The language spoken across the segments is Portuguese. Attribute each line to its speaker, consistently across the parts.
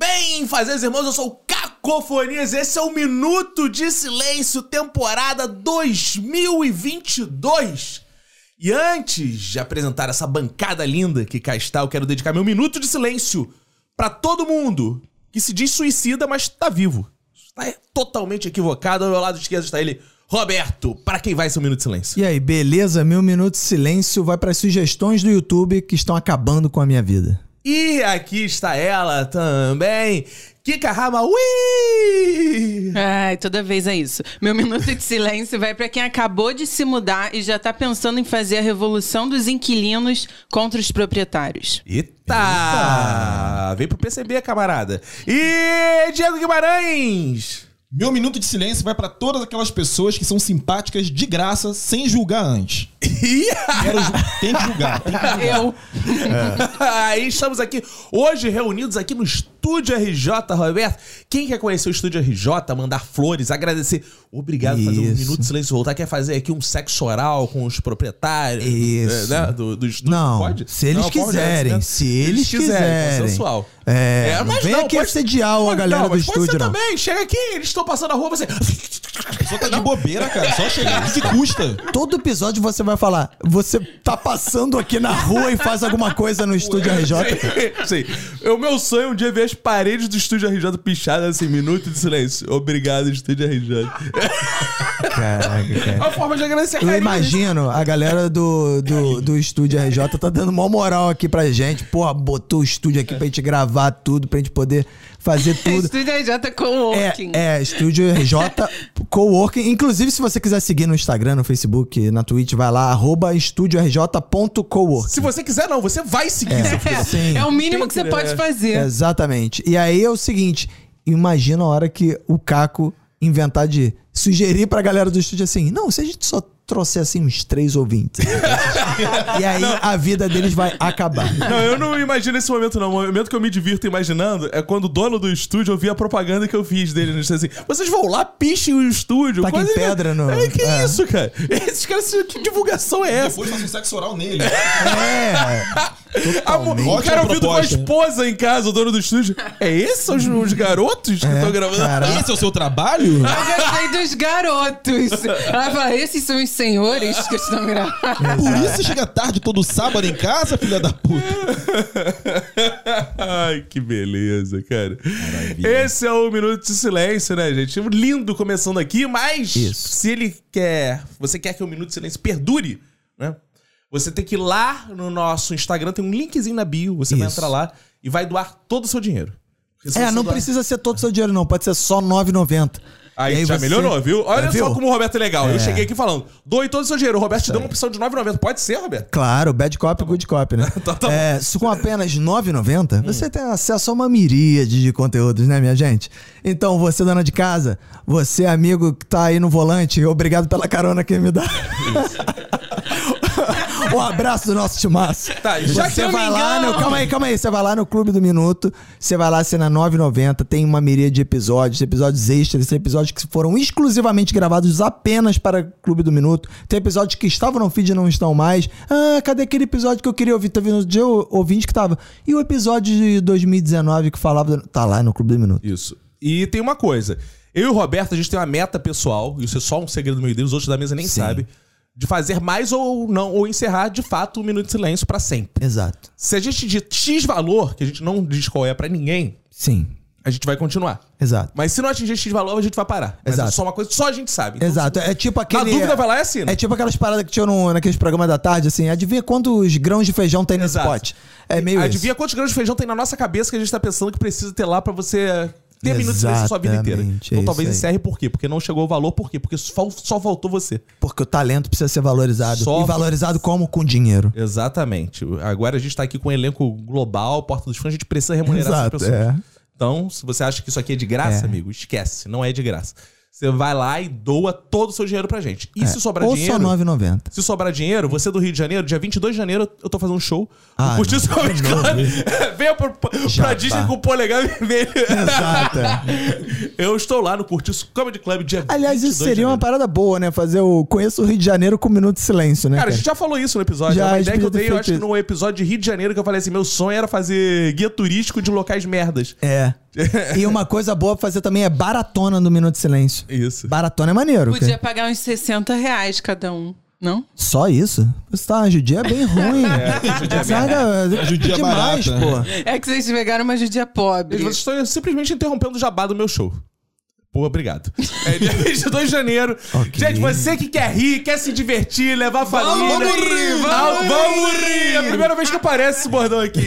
Speaker 1: Bem, fazeres irmãos, eu sou o Cacofonias, esse é o Minuto de Silêncio, temporada 2022. E antes de apresentar essa bancada linda que cá está, eu quero dedicar meu minuto de silêncio para todo mundo que se diz suicida, mas tá vivo. Está totalmente equivocado. Ao meu lado esquerdo está ele, Roberto. Para quem vai seu minuto de silêncio?
Speaker 2: E aí, beleza? Meu minuto de silêncio vai para as sugestões do YouTube que estão acabando com a minha vida.
Speaker 1: E aqui está ela também, Kika Ramaui!
Speaker 3: Ai, toda vez é isso. Meu minuto de silêncio vai pra quem acabou de se mudar e já tá pensando em fazer a revolução dos inquilinos contra os proprietários.
Speaker 1: Eita! Vem pro PCB, camarada. E Diego Guimarães!
Speaker 4: Meu minuto de silêncio vai pra todas aquelas pessoas que são simpáticas de graça, sem julgar antes.
Speaker 1: E
Speaker 4: Quero ju- tem que julgar. tem que julgar.
Speaker 3: Eu.
Speaker 1: É. aí estamos aqui, hoje reunidos aqui no Estúdio RJ, Roberto. Quem quer conhecer o Estúdio RJ, mandar flores, agradecer. Obrigado por fazer um
Speaker 2: Isso.
Speaker 1: minuto de silêncio voltar. Quer fazer aqui um sexo oral com os proprietários
Speaker 2: Isso.
Speaker 1: é, né, do, do estúdio?
Speaker 2: Não,
Speaker 1: Pode?
Speaker 2: se eles
Speaker 1: Não, pode,
Speaker 2: quiserem,
Speaker 1: né?
Speaker 2: se eles quiserem.
Speaker 1: Consensual.
Speaker 2: É, não vem aqui assediar o- Então, a galera
Speaker 1: não,
Speaker 2: do
Speaker 1: mas pode
Speaker 2: estúdio,
Speaker 1: ser
Speaker 2: não.
Speaker 1: também. Chega aqui, eles estão passando a rua, você...
Speaker 4: Só tá de bobeira, cara. Só chegar. O que custa?
Speaker 2: Todo episódio você vai falar, você tá passando aqui na rua e faz alguma coisa no estúdio RJ.
Speaker 1: Sim. O meu sonho é um dia ver as paredes do Estúdio RJ pichadas assim, minuto de silêncio. Obrigado, Estúdio RJ.
Speaker 2: Caraca,
Speaker 1: É
Speaker 2: cara.
Speaker 1: uma forma de agradecer a
Speaker 2: Eu
Speaker 1: carinho.
Speaker 2: imagino a galera do, do, do estúdio RJ tá dando mó moral aqui pra gente. Porra, botou o estúdio aqui pra gente gravar tudo, pra gente poder fazer tudo.
Speaker 3: Estúdio RJ Coworking.
Speaker 2: É, é, Estúdio RJ Coworking. Inclusive, se você quiser seguir no Instagram, no Facebook, na Twitch, vai lá, arroba estúdiorj.coworking.
Speaker 1: Se você quiser, não, você vai seguir. seu filho.
Speaker 2: Sim.
Speaker 3: É o mínimo
Speaker 1: Quem
Speaker 3: que você
Speaker 1: quiser.
Speaker 3: pode
Speaker 2: É.
Speaker 3: fazer.
Speaker 2: Exatamente. E aí é o seguinte, imagina a hora que o Caco inventar de sugerir pra galera do estúdio assim, não, se a gente só trouxer assim uns três ouvintes. e aí a vida deles vai acabar.
Speaker 1: Não, eu não imagino esse momento, não. O momento que eu me divirto imaginando é quando o dono do estúdio ouvia a propaganda que eu fiz dele. Né? Assim, vocês vão lá, pichem o estúdio.
Speaker 2: Taquem
Speaker 1: Quase-
Speaker 2: pedra no-
Speaker 1: É, que
Speaker 2: é.
Speaker 1: isso, cara? Esses caras, que divulgação é essa?
Speaker 4: Depois faço um sexo oral nele.
Speaker 2: É.
Speaker 1: A mo-
Speaker 2: Totalmente.
Speaker 1: o cara
Speaker 4: Ótima
Speaker 1: ouvindo com a
Speaker 4: proposta.
Speaker 1: esposa em casa, o dono do estúdio. É esses são os, os garotos que estão gravando?
Speaker 2: Uhum. cara.
Speaker 4: Esse é o seu trabalho?
Speaker 3: Eu gostei dos garotos. Ela fala, esses são os senhores que estão gravando.
Speaker 4: Por isso você chega tarde todo sábado em casa, filha da puta.
Speaker 1: Ai, que beleza, cara. Esse é o Minuto de Silêncio, né, gente? Lindo começando aqui, mas
Speaker 2: Isso.
Speaker 1: se ele quer. Você quer que o Minuto de Silêncio perdure, né? Você tem que ir lá no nosso Instagram, tem um linkzinho na bio. Você vai
Speaker 2: Isso.
Speaker 1: entrar lá e vai doar todo o seu dinheiro. Porque se
Speaker 2: É,
Speaker 1: você
Speaker 2: não
Speaker 1: doar-
Speaker 2: precisa ser todo o seu dinheiro, não. Pode ser só R$ 9,90.
Speaker 1: Aí,
Speaker 2: E
Speaker 1: já
Speaker 2: você-
Speaker 1: melhorou, viu? Olha
Speaker 2: É, viu?
Speaker 1: só como o Roberto é legal. Eu
Speaker 2: É.
Speaker 1: cheguei aqui falando, doe todo o seu dinheiro. O Roberto te deu uma opção de 9,90. Pode ser, Roberto?
Speaker 2: Claro, bad cop, good cop, né?
Speaker 1: Tá, tá bom. Hum.
Speaker 2: É, se com apenas R$ 9,90, você tem acesso a uma miríade de conteúdos, né, minha gente? Então, você, dona de casa, você, amigo que tá aí no volante, obrigado pela carona que me dá. um abraço do nosso timaço.
Speaker 1: Tá, e já
Speaker 2: você
Speaker 1: que
Speaker 2: vai
Speaker 1: eu me
Speaker 2: lá, né?
Speaker 1: engano-
Speaker 2: no, calma aí, calma aí. Você vai lá no Clube do Minuto, você vai lá, assina 9,90, tem uma miríade de episódios, tem episódios extras, tem episódios que foram exclusivamente gravados apenas para o Clube do Minuto, tem episódios que estavam no feed e não estão mais. Ah, cadê aquele episódio que eu queria ouvir? Teve um dia eu- ouvinte que tava. E o episódio de 2019 que falava. do- Tá lá no Clube do Minuto.
Speaker 1: Isso. E tem uma coisa. Eu e o Roberto, a gente tem uma meta pessoal, isso é só um segredo meio deles, os outros da mesa nem
Speaker 2: Sim.
Speaker 1: sabem, de fazer mais ou não, ou encerrar de fato o Minuto de Silêncio pra sempre.
Speaker 2: Exato.
Speaker 1: Se a gente de X valor, que a gente não diz qual é pra ninguém,
Speaker 2: Sim.
Speaker 1: a gente vai continuar.
Speaker 2: Exato.
Speaker 1: Mas se não atingir X valor, a gente vai parar. Mas
Speaker 2: Exato.
Speaker 1: é só uma coisa que só a gente sabe. Então,
Speaker 2: Exato, é tipo aquele.
Speaker 1: Na dúvida, vai lá e assina.
Speaker 2: É tipo aquelas paradas que tinham no- naqueles programas da tarde, assim. Adivinha quantos grãos de feijão tem nesse
Speaker 1: Exato.
Speaker 2: pote? É meio isso.
Speaker 1: Adivinha quantos grãos de feijão tem na nossa cabeça que a gente tá pensando que precisa ter lá pra você ter minutos desse sua vida inteira.
Speaker 2: Exatamente, é
Speaker 1: Então talvez
Speaker 2: isso aí.
Speaker 1: encerre por quê? Porque não chegou o valor, por quê? Porque só, só faltou você.
Speaker 2: Porque o talento precisa ser valorizado.
Speaker 1: Só-
Speaker 2: E valorizado como? Com dinheiro.
Speaker 1: Exatamente. Agora a gente tá aqui com um elenco global, Porta dos Fãs, a gente precisa remunerar
Speaker 2: Exato,
Speaker 1: essas pessoas.
Speaker 2: é.
Speaker 1: Então, se você acha que isso aqui é de graça, amigo, esquece, não é de graça. Você vai lá e doa todo o seu dinheiro pra gente. E se sobrar
Speaker 2: É. Ou
Speaker 1: dinheiro.
Speaker 2: só 9,90.
Speaker 1: Se sobrar dinheiro, você do Rio de Janeiro, dia 22 de janeiro, eu tô fazendo um show.
Speaker 2: Ah,
Speaker 1: Ah, Curtiu seu claro. Venha pro, pra
Speaker 2: Jabá.
Speaker 1: Disney com o polegar vermelho.
Speaker 2: Exato.
Speaker 1: eu estou lá no Curtiço Comedy Club dia
Speaker 2: Aliás,
Speaker 1: 22
Speaker 2: isso seria
Speaker 1: de
Speaker 2: uma
Speaker 1: janeiro.
Speaker 2: parada boa, né? Fazer o Conheço o Rio de Janeiro com um minuto de silêncio, né?
Speaker 1: Cara,
Speaker 2: Cara,
Speaker 1: a gente já falou isso no episódio.
Speaker 2: Já,
Speaker 1: é
Speaker 2: a
Speaker 1: uma
Speaker 2: gente
Speaker 1: ideia que eu
Speaker 2: podia ter
Speaker 1: dei, eu
Speaker 2: feito
Speaker 1: acho que
Speaker 2: isso.
Speaker 1: no episódio de Rio de Janeiro, que eu falei assim: meu sonho era fazer guia turístico de locais merdas.
Speaker 2: É. E uma coisa boa pra fazer também é baratona no Minuto de Silêncio.
Speaker 1: Isso.
Speaker 2: Baratona é maneiro. cara.
Speaker 3: Podia pagar uns 60 reais cada um, não?
Speaker 2: Só isso? Você tá, a judia é bem ruim. Saga,
Speaker 4: judia é
Speaker 2: demais,
Speaker 4: barata.
Speaker 2: pô.
Speaker 3: É que vocês pegaram uma judia pobre.
Speaker 1: Vocês estão simplesmente interrompendo o jabá do meu show. Pô, obrigado. É dia 22 de janeiro.
Speaker 2: Ok.
Speaker 1: Gente, você que quer rir, quer se divertir, levar a família.
Speaker 4: vamos rir, vamos
Speaker 1: Ah, vamos rir! É a primeira vez que aparece esse bordão aqui.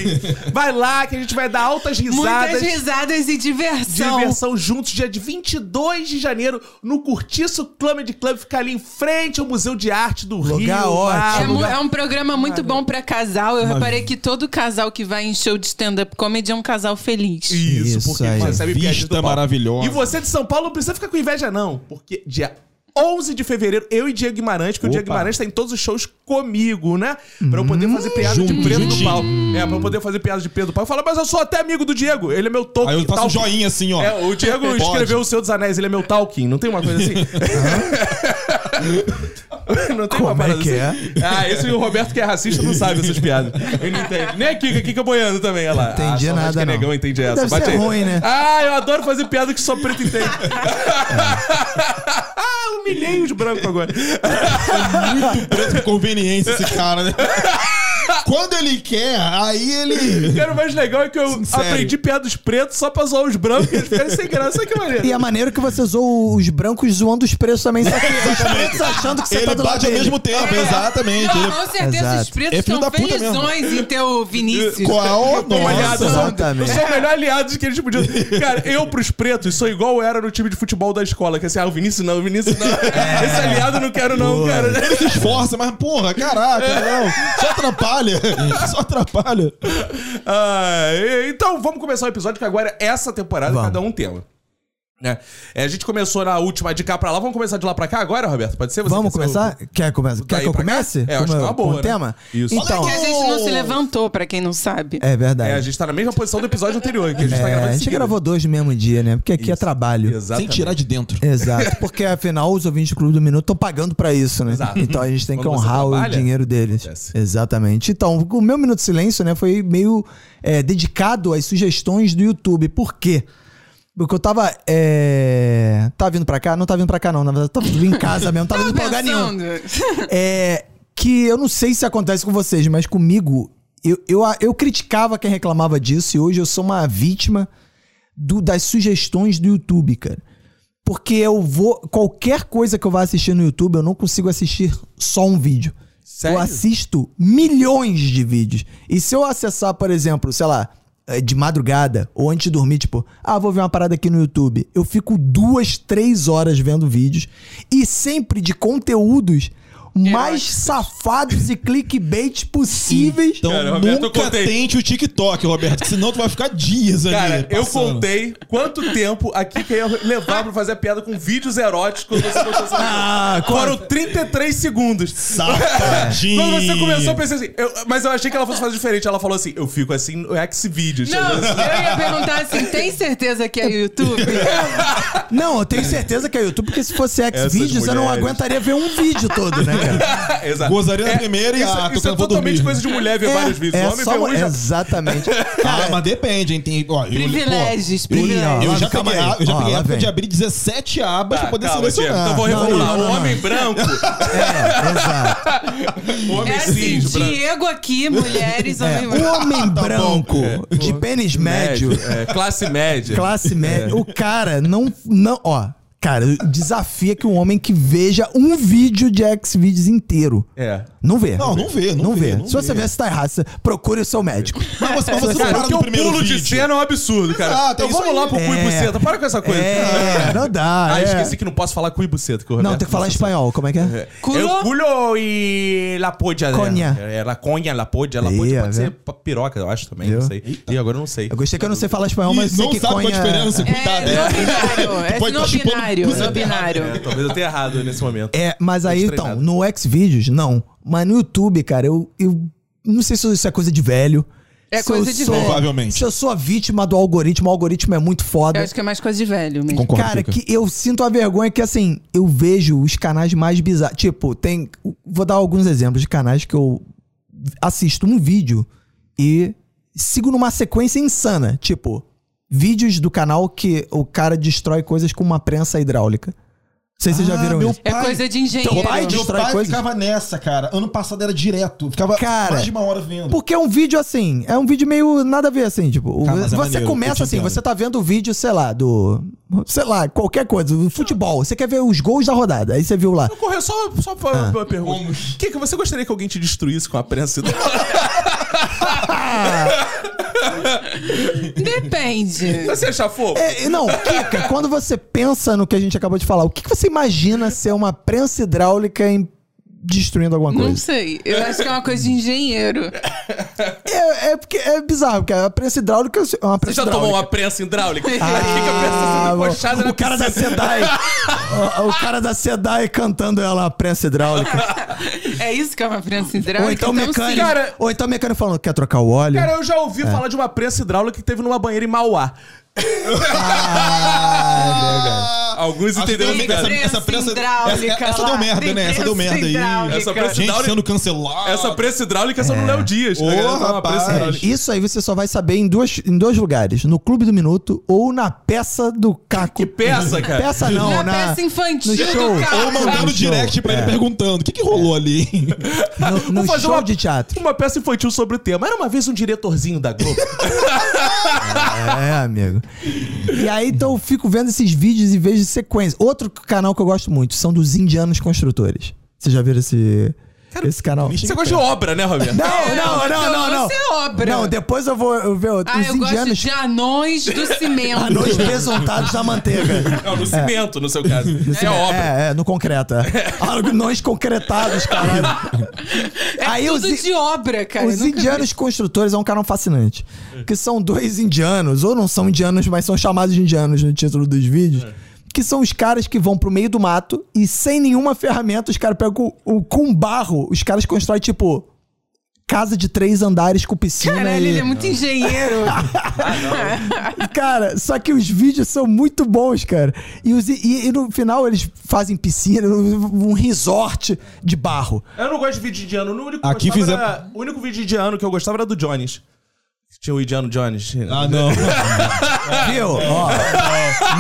Speaker 1: Vai lá que a gente vai dar altas risadas.
Speaker 3: Muitas risadas e diversão.
Speaker 1: Diversão juntos, dia de 22 de janeiro, no Curtiço Comedy Club. Fica ali em frente ao Museu de Arte do Rio. tá?
Speaker 2: Lugar
Speaker 1: lá.
Speaker 2: ótimo.
Speaker 3: É, mu- é um programa muito bom pra casal. Eu reparei que todo casal que vai em show de stand-up comedy é um casal feliz.
Speaker 1: Isso,
Speaker 2: Isso
Speaker 1: porque
Speaker 2: aí.
Speaker 1: recebe piadinha
Speaker 4: Vista
Speaker 1: do palco.
Speaker 4: maravilhosa.
Speaker 1: E você de São Paulo não precisa ficar com inveja, não. Porque dia 11 de fevereiro, eu e Diego Guimarães, porque o
Speaker 4: Opa.
Speaker 1: Diego Guimarães tá em todos os shows comigo, né? Pra eu poder fazer piada de
Speaker 4: Junto,
Speaker 1: preto do
Speaker 4: juntinho.
Speaker 1: pau. É, pra eu poder fazer piada de preto do pau. Eu falo, mas eu sou até amigo do Diego. Ele é meu toque.
Speaker 4: Aí eu faço um joinha assim, ó.
Speaker 1: É, o Diego
Speaker 4: Pode.
Speaker 1: escreveu O Senhor dos Anéis, ele é meu Tolkien, não tem uma coisa assim? não tem uma
Speaker 2: Como é
Speaker 1: parada
Speaker 2: que
Speaker 1: assim? Ah, esse o Roberto que é racista não sabe essas piadas. Ele não entende. Nem a Kika, Kika boiando também, olha lá.
Speaker 2: Entendi
Speaker 1: ah, só mais
Speaker 2: nada,
Speaker 1: que
Speaker 2: não.
Speaker 1: negão entende essa.
Speaker 2: Deve
Speaker 1: Bate
Speaker 2: ser
Speaker 1: aí.
Speaker 2: ruim, né?
Speaker 1: Ah, eu adoro fazer piada que só preto entende. Ah, Humilhei os brancos agora.
Speaker 4: Preto por conveniência esse cara, né? Quando ele quer, aí
Speaker 1: O que
Speaker 4: ele.
Speaker 1: era mais legal é que eu
Speaker 4: Sincero.
Speaker 1: aprendi piada dos pretos só pra zoar os brancos e eles ficarem sem graça. Que maneiro.
Speaker 2: E é maneiro que você zoa os brancos zoando os preços também. Só que os pretos achando que você
Speaker 4: Ele
Speaker 2: tá do lado
Speaker 4: bate ao
Speaker 2: dele.
Speaker 4: mesmo tempo, exatamente.
Speaker 3: Não,
Speaker 4: Ele-
Speaker 3: com certeza os
Speaker 2: Exato.
Speaker 3: pretos
Speaker 4: É filho
Speaker 3: estão
Speaker 4: da puta mesmo.
Speaker 3: felizões em ter o Vinícius.
Speaker 4: Qual?
Speaker 1: Tô malhado, sabe?
Speaker 2: Nossa,
Speaker 1: Eu
Speaker 2: exatamente.
Speaker 1: sou o melhor aliado que eles podiam. Cara, eu pros pretos sou igual eu era no time de futebol da escola. Que assim, ah, o Vinícius não, o Vinícius não.
Speaker 2: É.
Speaker 1: Esse aliado eu não quero, não, cara.
Speaker 4: Ele se esforça, mas porra, caraca, não. Só atrapalha. Só atrapalha.
Speaker 1: Ah, e- então vamos começar o episódio, que agora é essa temporada
Speaker 2: Vamos.
Speaker 1: cada um tema. né? É, a gente começou na última de cá pra lá, vamos começar de lá pra cá agora, Roberto? Pode ser? Você
Speaker 2: Vamos
Speaker 1: quer ser o-
Speaker 2: começar? Quer, começa? Quer
Speaker 1: Daí
Speaker 2: que eu
Speaker 1: pra cá?
Speaker 2: comece?
Speaker 1: É, eu acho
Speaker 2: Com
Speaker 1: que é uma
Speaker 2: com
Speaker 1: boa,
Speaker 2: o
Speaker 1: né?
Speaker 2: tema?
Speaker 1: Isso.
Speaker 2: Então,
Speaker 3: Que a gente não se levantou, pra quem não sabe.
Speaker 2: é verdade.
Speaker 1: É, a
Speaker 2: É,
Speaker 1: gente tá na mesma posição do episódio anterior, que a gente tá
Speaker 2: a
Speaker 1: gravando em
Speaker 2: gente
Speaker 1: seguida.
Speaker 2: gravou dois no mesmo dia, né? Porque aqui é trabalho.
Speaker 1: Exatamente.
Speaker 4: de dentro.
Speaker 2: Exato, porque afinal os ouvintes do Clube do Minuto estão pagando pra isso, né?
Speaker 1: Exato.
Speaker 2: Então a gente tem
Speaker 1: Quando
Speaker 2: que
Speaker 1: você
Speaker 2: honrar o
Speaker 1: trabalha,
Speaker 2: dinheiro deles.
Speaker 1: acontece.
Speaker 2: Exatamente. Então, o meu Minuto de Silêncio, né, foi meio é, dedicado às sugestões do YouTube. Por quê? Porque eu tava. É... Tá vindo pra cá? Não tá vindo pra cá, não. Na verdade, tava em casa mesmo, não tava
Speaker 3: Tava
Speaker 2: vindo pra lugar nenhum.
Speaker 3: Tá pensando.
Speaker 2: É, que eu não sei se acontece com vocês, mas comigo, eu, eu, eu criticava quem reclamava disso e hoje eu sou uma vítima do- das sugestões do YouTube, cara. Porque eu vou. Qualquer coisa que eu vá assistir no YouTube, eu não consigo assistir só um vídeo.
Speaker 1: Sério?
Speaker 2: Eu assisto milhões de vídeos. E se eu acessar, por exemplo, sei lá, eh, de madrugada ou antes de dormir, tipo, ah, vou ver uma parada aqui no YouTube. Eu fico duas, três horas vendo vídeos e sempre de conteúdos mais safados e clickbait possíveis.
Speaker 4: Então
Speaker 1: Cara, Roberto, eu
Speaker 4: nunca
Speaker 1: contei.
Speaker 4: tente o TikTok, Roberto, que senão tu vai ficar dias ali.
Speaker 1: Cara, eu
Speaker 4: passando.
Speaker 1: contei quanto tempo aqui que eu ia levar pra fazer a piada com vídeos eróticos quando você botou essa
Speaker 2: Ah,
Speaker 1: Foram 33 segundos.
Speaker 4: Safadinho.
Speaker 1: Quando você começou, eu pensei assim. eu- mas eu achei que ela fosse fazer diferente. Ela falou assim: eu fico assim no X-Videos.
Speaker 3: Não, eu ia perguntar assim, tem certeza que é YouTube?
Speaker 2: Não, eu tenho certeza que é YouTube, porque se fosse
Speaker 1: Essas
Speaker 2: X-Vídeos, eu não
Speaker 1: mulheres.
Speaker 2: aguentaria ver um vídeo todo, né, cara?
Speaker 1: Exato.
Speaker 4: Gozaria na primeira e,
Speaker 1: isso,
Speaker 4: ah,
Speaker 1: isso
Speaker 4: tô
Speaker 1: é
Speaker 4: querendo, vou
Speaker 1: totalmente
Speaker 4: dormir. É,
Speaker 1: coisa de mulher ver vários vídeos. Homem
Speaker 2: É, só-
Speaker 1: vê um e já-
Speaker 2: Exatamente.
Speaker 4: Ah, mas depende, hein? Tem, ó, eu-
Speaker 3: Privilégios,
Speaker 4: pô, eu-
Speaker 3: privilégios.
Speaker 4: Eu,
Speaker 2: Lá
Speaker 4: já
Speaker 2: vem, calma
Speaker 4: peguei,
Speaker 2: aí.
Speaker 4: a- eu já
Speaker 2: Ó,
Speaker 4: peguei a
Speaker 2: lá
Speaker 4: época
Speaker 2: vem.
Speaker 4: de abrir 17 abas
Speaker 1: Tá,
Speaker 4: pra poder
Speaker 1: calma, Diego.
Speaker 4: selecionar.
Speaker 1: Então vou
Speaker 2: Não,
Speaker 1: reformular.
Speaker 2: não, não,
Speaker 1: o homem branco,
Speaker 2: É, exato.
Speaker 1: o homem
Speaker 3: É assim,
Speaker 1: cis, branco.
Speaker 3: Diego aqui, mulheres,
Speaker 2: É,
Speaker 3: homem-
Speaker 2: o
Speaker 4: Ah,
Speaker 2: homem
Speaker 4: tá
Speaker 2: branco
Speaker 4: É,
Speaker 2: de pênis médio,
Speaker 1: é, classe média.
Speaker 2: classe média, o cara não, não. Ó, cara, desafia que um homem que veja um vídeo de X-Vídeos inteiro.
Speaker 1: É.
Speaker 2: Não vê.
Speaker 4: Não, não vê, não vê, não
Speaker 2: Se você
Speaker 4: vê.
Speaker 2: vê, você tá errado. Você procure o seu médico.
Speaker 4: Mas você, mas você não
Speaker 1: Cara, o
Speaker 4: para
Speaker 1: que
Speaker 4: no
Speaker 1: eu
Speaker 4: primeiro
Speaker 1: pulo
Speaker 4: vídeo.
Speaker 1: de cena é um absurdo, cara.
Speaker 4: Exato, é
Speaker 1: então
Speaker 4: isso
Speaker 1: vamos lá pro cu e
Speaker 2: É.
Speaker 1: buceta. Para com essa coisa.
Speaker 2: É, não dá.
Speaker 1: Ah,
Speaker 2: é.
Speaker 1: esqueci que não posso falar cu e buceta. Que o
Speaker 2: Não,
Speaker 1: Roberto
Speaker 2: tem que falar em
Speaker 1: gosta
Speaker 2: espanhol. Como é que é?
Speaker 1: Culo?
Speaker 3: Culo?
Speaker 1: Eu culo e lapodia.
Speaker 2: Conha.
Speaker 1: É, é laconha, lapodia. Lapodia
Speaker 2: Ia,
Speaker 1: pode ser
Speaker 2: viu?
Speaker 1: pa- piroca, eu acho também.
Speaker 2: Viu?
Speaker 1: Não sei. E agora eu não sei.
Speaker 2: Eu gostei que eu não sei falar espanhol, mas
Speaker 4: Ih,
Speaker 2: sei
Speaker 4: não
Speaker 2: que
Speaker 4: sabe qual a
Speaker 2: conha-
Speaker 4: diferença, cuidado.
Speaker 3: É, não binário, é
Speaker 4: Pode tá
Speaker 3: não
Speaker 4: chupando
Speaker 3: binário,
Speaker 4: coisa
Speaker 3: não binário.
Speaker 1: É, talvez eu tenha errado nesse momento.
Speaker 2: É, mas
Speaker 4: Tá
Speaker 2: aí, então,
Speaker 1: treinado.
Speaker 2: no Xvideos, não. Mas no YouTube, cara, eu, eu não sei se isso é coisa de velho.
Speaker 3: É
Speaker 2: Se
Speaker 3: coisa
Speaker 2: eu
Speaker 3: de
Speaker 2: sou-
Speaker 3: velho.
Speaker 4: Provavelmente.
Speaker 2: Se eu sou a vítima do algoritmo, o algoritmo é muito
Speaker 3: Eu
Speaker 2: foda.
Speaker 3: acho que é mais coisa de velho mesmo.
Speaker 4: Concordo,
Speaker 2: Cara,
Speaker 4: Kika.
Speaker 2: que eu sinto a vergonha que, assim, eu vejo os canais mais bizarros. Tipo, tem. Vou dar alguns exemplos de canais que eu assisto um vídeo e sigo numa sequência insana. Tipo, vídeos do canal que o cara destrói coisas com uma prensa hidráulica. Não sei se vocês já
Speaker 4: Ah,
Speaker 2: viram
Speaker 4: meu
Speaker 2: isso.
Speaker 3: É
Speaker 4: Pai,
Speaker 3: coisa de engenheiro.
Speaker 4: Meu pai, meu
Speaker 2: destrói
Speaker 4: pai
Speaker 2: coisas?
Speaker 4: ficava nessa, cara. Ano passado era direto. Ficava
Speaker 2: Cara,
Speaker 4: mais de uma hora vendo.
Speaker 2: Porque é um vídeo assim, é um vídeo meio nada a ver, assim, tipo, o-
Speaker 4: Tá, mas é
Speaker 2: você
Speaker 4: maneiro, eu te
Speaker 2: começa assim,
Speaker 4: entendo.
Speaker 2: você tá vendo o vídeo, sei lá, do. Sei lá, qualquer coisa, do futebol. Você quer ver os gols da rodada. Aí você viu lá.
Speaker 1: Correu só, só pra-
Speaker 2: Ah.
Speaker 1: pra uma pergunta. Que, que você gostaria que alguém te destruísse com a prensa?
Speaker 3: Depende.
Speaker 1: você achar fogo?
Speaker 2: É, não, Kika, quando você pensa no que a gente acabou de falar, o que, que você imagina ser uma prensa hidráulica em- destruindo alguma
Speaker 3: Não
Speaker 2: coisa?
Speaker 3: sei. Eu acho que é uma coisa de engenheiro.
Speaker 2: É, é porque é bizarro, porque a prensa hidráulica é uma
Speaker 1: Você já
Speaker 2: prensa hidráulica. Ah,
Speaker 1: tomou uma prensa hidráulica? Aí
Speaker 3: Ah,
Speaker 1: fica a assim, prensa sendo encoxada na
Speaker 2: o cara da
Speaker 1: piscina.
Speaker 2: SEDAI. o, o cara da SEDAI cantando ela a prensa hidráulica.
Speaker 3: É isso que é uma prensa hidráulica?
Speaker 2: Ou então o mecânico.
Speaker 3: sim.
Speaker 1: Cara-
Speaker 2: Ou então o mecânico falando, quer trocar o óleo?
Speaker 1: Cara, eu já
Speaker 2: É.
Speaker 1: ouvi falar de uma prensa hidráulica que teve numa banheira em Mauá. É
Speaker 4: Ah,
Speaker 1: Alguns
Speaker 4: acho que
Speaker 1: entenderam é.
Speaker 4: também
Speaker 1: bem,
Speaker 4: essa-
Speaker 3: cara.
Speaker 4: essa
Speaker 3: Prensa
Speaker 4: prensa- essa- Essa
Speaker 3: hidráulica
Speaker 4: deu
Speaker 3: lá,
Speaker 4: merda,
Speaker 3: tem
Speaker 4: né? Essa deu
Speaker 3: prensa
Speaker 4: merda aí.
Speaker 3: hidráulica.
Speaker 1: Essa prensa
Speaker 4: Gente
Speaker 1: hidráulica-
Speaker 4: sendo cancelada.
Speaker 1: Essa prensa hidráulica é só no Léo Dias.
Speaker 4: Ô,
Speaker 1: A galera toma uma
Speaker 4: rapaz.
Speaker 1: prensa hidráulica.
Speaker 2: É Isso aí você só vai saber em, duas, em dois lugares: no Clube do Minuto ou na peça do Caco.
Speaker 1: Que peça, cara?
Speaker 2: Peça não,
Speaker 3: Na
Speaker 2: na,
Speaker 3: peça infantil
Speaker 2: no show.
Speaker 3: do
Speaker 4: Ou
Speaker 3: cara.
Speaker 4: mandando
Speaker 2: Show.
Speaker 4: Tá direct pra
Speaker 2: É.
Speaker 4: ele perguntando: o que, que rolou ali?
Speaker 2: no, É. no
Speaker 1: Vou fazer
Speaker 2: show
Speaker 1: uma-
Speaker 2: de teatro.
Speaker 1: Uma peça infantil sobre o tema. Era uma vez um diretorzinho da Globo.
Speaker 2: É, amigo. E aí, então, eu fico vendo esses vídeos e vejo sequência. Outro canal que eu gosto muito são dos indianos construtores. Vocês já viram esse, esse canal?
Speaker 1: Você gosta de obra, né, Roberto? é
Speaker 2: Não, não,
Speaker 3: mas
Speaker 1: um
Speaker 2: não,
Speaker 3: eu
Speaker 2: não,
Speaker 3: não
Speaker 2: não.
Speaker 3: sei obra.
Speaker 2: Não, depois eu vou eu ver outro.
Speaker 3: Ah,
Speaker 2: os
Speaker 3: eu gosto
Speaker 2: indianos
Speaker 3: de anões do cimento.
Speaker 2: anões presuntados na manteiga.
Speaker 1: Não, no cimento, É um no seu caso. Isso é obra.
Speaker 2: É, é, no concreto. É. Anões concretados, caralho.
Speaker 3: É
Speaker 2: Aí
Speaker 3: tudo
Speaker 2: os-
Speaker 3: de obra, cara.
Speaker 2: Os
Speaker 3: Eu nunca vi.
Speaker 2: indianos construtores é um canal fascinante. Que são dois indianos, ou não são indianos, mas são chamados de indianos no título dos vídeos.
Speaker 3: É.
Speaker 2: Que são os caras que vão pro meio do mato e sem nenhuma ferramenta, os caras pegam com, o- com um barro, os caras constroem, tipo, casa de três andares com piscina.
Speaker 3: Caralho,
Speaker 2: e...
Speaker 3: ele é muito engenheiro.
Speaker 2: Cara, só que os vídeos são muito bons, cara. E, os- e- e no final eles fazem piscina, um resort de barro.
Speaker 1: Eu não gosto de vídeo indiano. O único, que
Speaker 4: Aqui
Speaker 1: eu gostava
Speaker 4: fizemos-
Speaker 1: era- o único vídeo indiano que eu gostava era do Jones. Tinha o indiano Jones.
Speaker 4: Ah, não.
Speaker 3: Ah.
Speaker 2: Viu? Ó,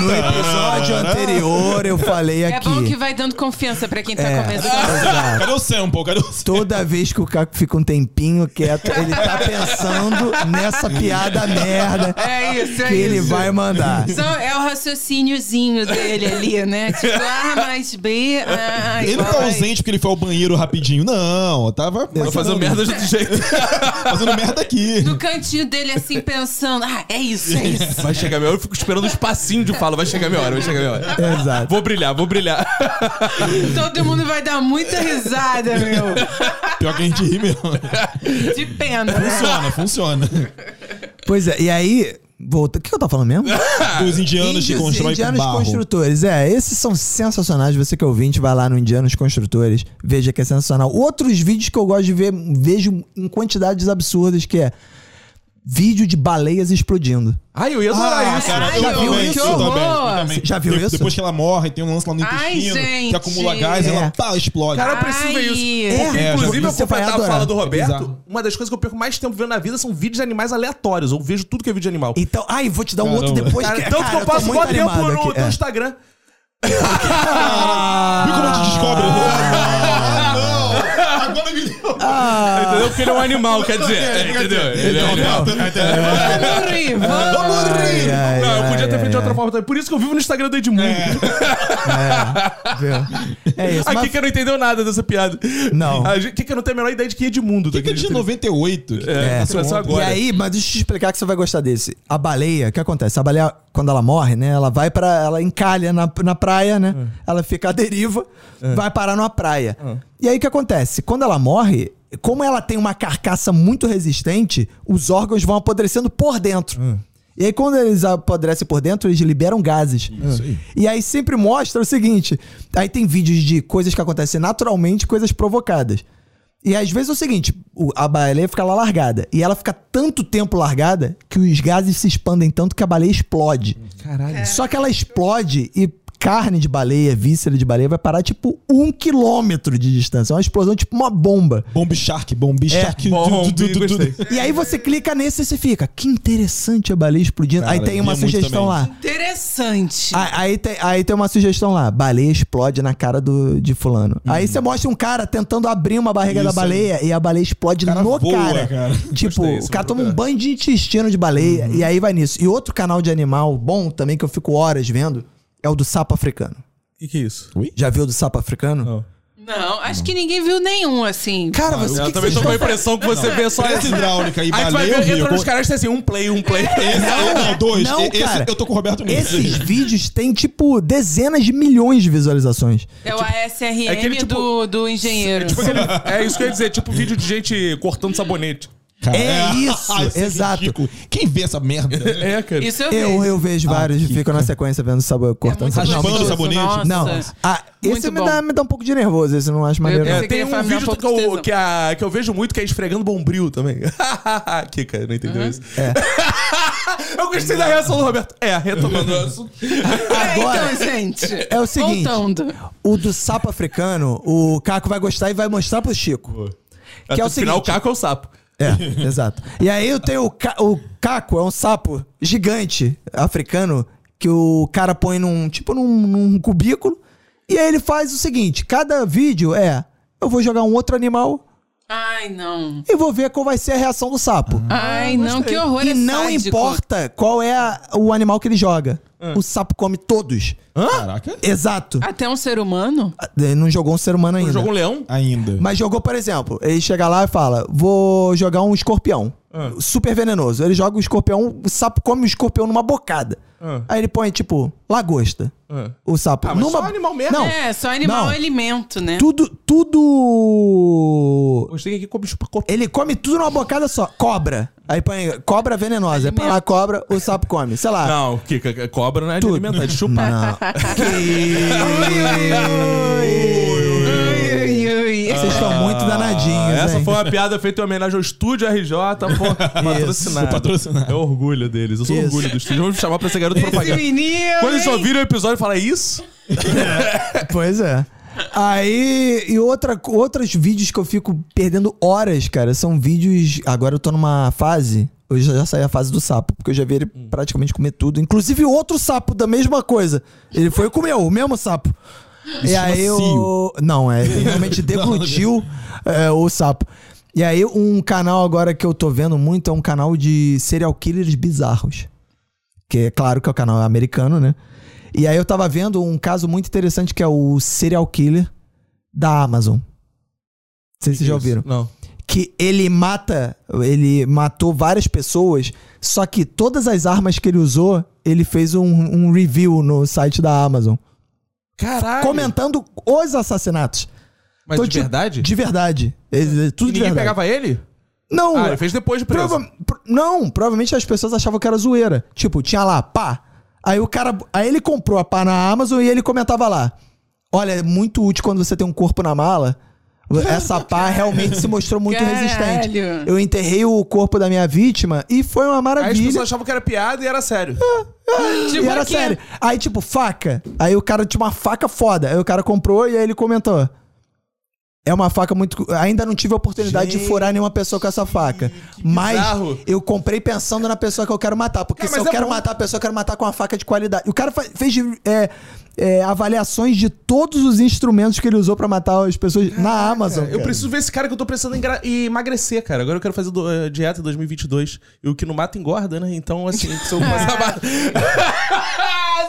Speaker 2: no episódio anterior eu falei
Speaker 3: É bom que
Speaker 2: aqui. É.
Speaker 3: vai dando confiança pra quem tá começando.
Speaker 2: Exato.
Speaker 4: Cadê o sample? Cadê o sample?
Speaker 2: Toda vez que o Caco fica um tempinho quieto, ele tá pensando nessa piada merda
Speaker 3: É isso, é
Speaker 2: que ele
Speaker 3: isso.
Speaker 2: vai mandar.
Speaker 3: Só é o raciocíniozinho dele ali, né? Tipo, A mais B. Ah,
Speaker 4: Ele não
Speaker 3: igual
Speaker 4: tá
Speaker 3: a-
Speaker 4: ausente porque ele foi ao banheiro rapidinho. Não, eu tava
Speaker 1: Tô fazendo um merda de outro jeito.
Speaker 4: fazendo merda aqui.
Speaker 3: No cantinho dele, assim, pensando. Ah, é isso, é isso.
Speaker 1: Vai chegar minha hora. Eu fico esperando os passinhos de fala. Vai chegar minha hora, vai chegar minha hora.
Speaker 2: Exato.
Speaker 1: Vou brilhar, vou brilhar.
Speaker 3: Todo mundo vai dar muita risada, meu.
Speaker 4: Pior que a gente ri mesmo.
Speaker 3: De pena, né?
Speaker 4: Funciona, funciona.
Speaker 2: Pois é, e aí. Volta... O que eu tava falando mesmo?
Speaker 4: Os indianos que constroem com
Speaker 2: indianos
Speaker 4: barro.
Speaker 2: construtores. É, esses são sensacionais. Você que é ouvinte, vai lá no Indianos Construtores, veja que é sensacional. Outros vídeos que eu gosto de ver, vejo em quantidades absurdas, que é vídeo de baleias explodindo.
Speaker 1: Ai, eu ia adorar
Speaker 2: Ah,
Speaker 1: isso.
Speaker 3: cara,
Speaker 4: eu
Speaker 3: já viu
Speaker 4: também,
Speaker 3: isso?
Speaker 4: eu também, eu
Speaker 3: Horror!
Speaker 4: também.
Speaker 2: Já viu
Speaker 4: De-
Speaker 2: isso?
Speaker 4: Depois que ela morre, tem um lance lá no
Speaker 3: Ai,
Speaker 4: intestino
Speaker 3: gente.
Speaker 4: que acumula gás e
Speaker 2: É.
Speaker 4: ela pá, explode.
Speaker 1: Cara, eu preciso ver
Speaker 3: Ai.
Speaker 1: isso. Porque,
Speaker 2: É,
Speaker 1: inclusive, eu
Speaker 2: você vai
Speaker 1: completar a
Speaker 2: adorar. É
Speaker 1: fala do Roberto.
Speaker 4: bizarro.
Speaker 1: uma das coisas que eu perco mais tempo vendo na vida são vídeos de animais aleatórios. Eu vejo tudo que é vídeo de animal.
Speaker 2: Então, ai, vou te dar um
Speaker 4: Caramba.
Speaker 2: outro depois.
Speaker 1: Cara,
Speaker 2: que,
Speaker 1: tanto
Speaker 2: cara,
Speaker 1: que eu
Speaker 2: tô
Speaker 1: passo
Speaker 2: muito
Speaker 1: mó tempo
Speaker 2: animado
Speaker 1: um no,
Speaker 2: aqui.
Speaker 1: no
Speaker 2: É.
Speaker 1: Instagram.
Speaker 4: Viu como a gente descobre? Ah, não! Agora me deu.
Speaker 1: Entendeu? Porque ele é um animal, quer dizer. é, entendeu? Ele é um animal.
Speaker 3: Vamos rir, vamos.
Speaker 4: Vamos rir!
Speaker 2: Ai,
Speaker 1: Não, eu
Speaker 2: ai,
Speaker 1: podia ter
Speaker 2: ai,
Speaker 1: feito de outra forma também. Por isso que eu vivo no Instagram do Edmundo.
Speaker 2: viu? É isso.
Speaker 1: A
Speaker 2: mas-
Speaker 1: Kika não entendeu nada dessa piada.
Speaker 2: Não.
Speaker 1: A gente- Kika não tem a menor ideia de quem é Edmundo.
Speaker 4: Que que é de 98? Que
Speaker 1: É,
Speaker 4: que
Speaker 1: só
Speaker 4: ontem?
Speaker 1: agora.
Speaker 2: E aí, mas deixa eu te explicar que você vai gostar desse. A baleia, o que acontece? A baleia, quando ela morre, né? Ela vai pra. Ela encalha na, na praia, né? Ela fica à deriva, vai parar numa praia. E aí o que acontece? Quando ela morre, como ela tem uma carcaça muito resistente, os órgãos vão apodrecendo por dentro. E aí, quando eles apodrecem por dentro, eles liberam gases. É. E aí sempre mostra o seguinte: aí tem vídeos de coisas que acontecem naturalmente, coisas provocadas. E às vezes é o seguinte, o- a baleia fica lá largada. E ela fica tanto tempo largada que os gases se expandem tanto que a baleia explode. Caralho. Só que ela explode e carne de baleia, víscera de baleia, vai parar tipo um quilômetro de distância. É uma explosão tipo uma bomba.
Speaker 4: Bomb Shark, Bomb Shark. du-
Speaker 1: bom,
Speaker 4: du- du-
Speaker 1: bem,
Speaker 4: du- du-
Speaker 1: gostei.
Speaker 2: E aí você clica nesse e você fica, que interessante a baleia explodindo. aí
Speaker 4: Cara,
Speaker 2: tem
Speaker 4: eu
Speaker 2: uma
Speaker 4: via muito
Speaker 2: sugestão
Speaker 4: também.
Speaker 2: lá.
Speaker 3: Interessante.
Speaker 2: Aí, aí tem, aí tem uma sugestão lá. Baleia explode na cara do, de fulano. Aí você mostra um cara tentando abrir uma barriga da
Speaker 4: Isso.
Speaker 2: baleia e a baleia explode
Speaker 4: cara
Speaker 2: no
Speaker 4: voa,
Speaker 2: cara.
Speaker 4: cara.
Speaker 2: Tipo,
Speaker 1: Gostei, isso
Speaker 2: o cara
Speaker 1: é
Speaker 2: toma um
Speaker 1: verdade.
Speaker 2: banho de intestino de baleia e aí vai nisso. E outro canal de animal bom também que eu fico horas vendo é o do sapo africano.
Speaker 1: O que, que é isso?
Speaker 2: Já viu o do sapo africano?
Speaker 4: Não.
Speaker 3: Não, acho que ninguém viu nenhum, assim.
Speaker 2: Cara, você
Speaker 1: eu
Speaker 2: que que
Speaker 1: também
Speaker 2: vocês
Speaker 1: tô com a
Speaker 2: estão
Speaker 1: impressão que você vê só
Speaker 4: Presa
Speaker 1: esse.
Speaker 4: hidráulica e
Speaker 1: Aí tu vai
Speaker 4: baleia, eu
Speaker 1: ver,
Speaker 4: vi. eu
Speaker 1: entra nos
Speaker 4: co-
Speaker 1: caras e tem assim, um play, um play.
Speaker 4: Esse- Não, dois.
Speaker 2: não,
Speaker 4: E- esse-
Speaker 2: cara.
Speaker 4: eu tô com o Roberto nisso.
Speaker 2: Esses vídeos têm, tipo, dezenas de milhões de visualizações.
Speaker 3: É o ASRM
Speaker 1: é aquele tipo-
Speaker 3: do, do engenheiro.
Speaker 1: Tipo aquele- é isso que eu ia dizer, tipo vídeo de gente cortando sabonete.
Speaker 4: Cara,
Speaker 2: É isso,
Speaker 4: Ah, esse é
Speaker 2: exato.
Speaker 4: ridículo. Quem vê essa merda? né?
Speaker 1: É, cara.
Speaker 3: Isso eu,
Speaker 2: Eu, eu vejo vários,
Speaker 4: que
Speaker 2: fico na sequência vendo sabor, cortando
Speaker 4: muito
Speaker 2: sabonete.
Speaker 4: bom. Raspando sabonete.
Speaker 2: Não,
Speaker 3: É,
Speaker 2: ah, esse
Speaker 3: Muito
Speaker 2: me
Speaker 3: bom.
Speaker 2: dá, me dá um pouco de nervoso, esse eu não acho maneiro.
Speaker 3: Eu
Speaker 1: É,
Speaker 2: não.
Speaker 3: pensei-
Speaker 1: tem
Speaker 3: Você queria
Speaker 1: um
Speaker 3: falar
Speaker 1: vídeo
Speaker 3: minha
Speaker 1: que eu,
Speaker 3: fortezão.
Speaker 1: que, a- que eu vejo muito que é esfregando bombril também. Kika, não entendeu isso?
Speaker 2: É.
Speaker 1: eu gostei da reação do Roberto. É, retomando o assunto.
Speaker 2: Agora-
Speaker 3: É, então, gente.
Speaker 2: É o seguinte.
Speaker 3: Voltando.
Speaker 2: O do sapo africano, o Caco vai gostar e vai mostrar pro Chico. Que é o
Speaker 1: No final, o
Speaker 2: seguinte.
Speaker 1: caco é o sapo.
Speaker 2: É, exato. E aí eu tenho o, ca- o Caco, é um sapo gigante africano que o cara põe num, tipo num, num cubículo. E aí ele faz o seguinte, cada vídeo é, eu vou jogar um outro animal
Speaker 3: Ai, não.
Speaker 2: e vou ver qual vai ser a reação do sapo.
Speaker 3: Ai, não, que horror.
Speaker 2: E
Speaker 3: é
Speaker 2: não
Speaker 3: sádico.
Speaker 2: importa qual é a- o animal que ele joga.
Speaker 3: Ah.
Speaker 2: O sapo come todos.
Speaker 4: Caraca.
Speaker 2: Exato.
Speaker 3: Até um ser humano?
Speaker 2: Ele não jogou um ser humano ainda.
Speaker 1: Jogou um leão?
Speaker 4: Ainda.
Speaker 2: Mas jogou, por exemplo, ele chega lá e fala: Vou jogar um escorpião.
Speaker 1: Ah.
Speaker 2: Super venenoso. Ele joga o escorpião, o sapo come o escorpião numa bocada.
Speaker 1: Ah.
Speaker 2: Aí ele põe, tipo, lagosta.
Speaker 1: Ah.
Speaker 2: O sapo.
Speaker 1: Ah, mas
Speaker 2: numa...
Speaker 1: só animal mesmo?
Speaker 2: Não.
Speaker 3: É, só animal
Speaker 2: Não.
Speaker 3: é alimento, né?
Speaker 2: Tudo. Tudo.
Speaker 1: Gostei aqui como chupa copo.
Speaker 2: Ele come tudo numa bocada só. Cobra. Aí põe cobra venenosa. Aí põe lá cobra, o sapo come. Sei lá.
Speaker 1: Não, Kika, cobra não é de
Speaker 2: Tudo.
Speaker 1: alimentar, é de chupar.
Speaker 3: Ui, ui.
Speaker 2: Vocês estão muito danadinhos,
Speaker 1: Ah, Essa
Speaker 2: hein?
Speaker 1: foi uma piada feita em homenagem ao Estúdio RJ, pô, patrocinado.
Speaker 4: Patrocinado.
Speaker 1: É orgulho deles, eu sou
Speaker 2: Isso.
Speaker 1: orgulho do estúdio. Vamos chamar pra ser garoto
Speaker 2: é
Speaker 3: Esse
Speaker 1: propaganda.
Speaker 3: menino,
Speaker 1: Quando eles
Speaker 3: hein?
Speaker 1: ouviram o episódio, falar isso?
Speaker 2: Pois é. Aí, e outra, outros vídeos que eu fico perdendo horas, cara, são vídeos. Agora eu tô numa fase. Hoje já saí a fase do sapo, porque eu já vi ele
Speaker 1: Hum.
Speaker 2: praticamente comer tudo. Inclusive outro sapo da mesma coisa. Ele foi e comeu, o mesmo sapo. e aí eu.
Speaker 4: macio.
Speaker 2: Não, é, ele realmente deglutiu é, o sapo. E aí, um canal agora que eu tô vendo muito é um canal de serial killers bizarros. Que é claro que é o canal americano, né? E aí eu tava vendo um caso muito interessante que é o serial killer da Amazon. Não sei se vocês já ouviram.
Speaker 1: Não.
Speaker 2: Que ele mata, ele matou várias pessoas, só que todas as armas que ele usou, ele fez um, um review no site da Amazon.
Speaker 1: Caralho.
Speaker 2: Comentando os assassinatos.
Speaker 1: Mas
Speaker 2: Então,
Speaker 1: de
Speaker 2: tipo,
Speaker 1: verdade?
Speaker 2: De verdade. Ele- ele- tudo
Speaker 1: E
Speaker 2: de
Speaker 1: ninguém
Speaker 2: verdade.
Speaker 1: pegava ele?
Speaker 2: Não,
Speaker 1: Ah, ele fez depois de preso.
Speaker 2: Prova- pro- não, provavelmente as pessoas achavam que era zoeira. Tipo, tinha lá, pá. Aí o cara. Aí ele comprou a pá na Amazon e ele comentava lá. Olha, é muito útil quando você tem um corpo na mala. Essa pá realmente se mostrou muito
Speaker 3: Caralho.
Speaker 2: resistente. Eu enterrei o corpo da minha vítima e foi uma
Speaker 1: Aí as
Speaker 2: maravilha.
Speaker 1: pessoas achavam que era piada e era sério.
Speaker 2: E era
Speaker 3: aqui.
Speaker 2: sério.
Speaker 1: é.
Speaker 2: Aí, tipo, faca. Aí o cara tinha uma faca foda. Aí o cara comprou e aí ele comentou. É uma faca muito. Ainda não tive a oportunidade de furar nenhuma pessoa com essa faca. Mas
Speaker 1: bizarro.
Speaker 2: eu comprei pensando na pessoa que eu quero matar. Porque
Speaker 1: Cara,
Speaker 2: se
Speaker 1: mas
Speaker 2: eu
Speaker 1: é
Speaker 2: quero
Speaker 1: bom.
Speaker 2: matar a pessoa, eu quero matar com uma faca de qualidade. E o cara fa- fez é, é, avaliações de todos os instrumentos que ele usou pra matar as pessoas na Amazon.
Speaker 1: Eu preciso ver esse É, cara que eu tô pensando em gra- em emagrecer, cara. Agora eu quero fazer do- eh, dieta em 2022. E o que não mata engorda, né? Então, assim, se eu passar batom...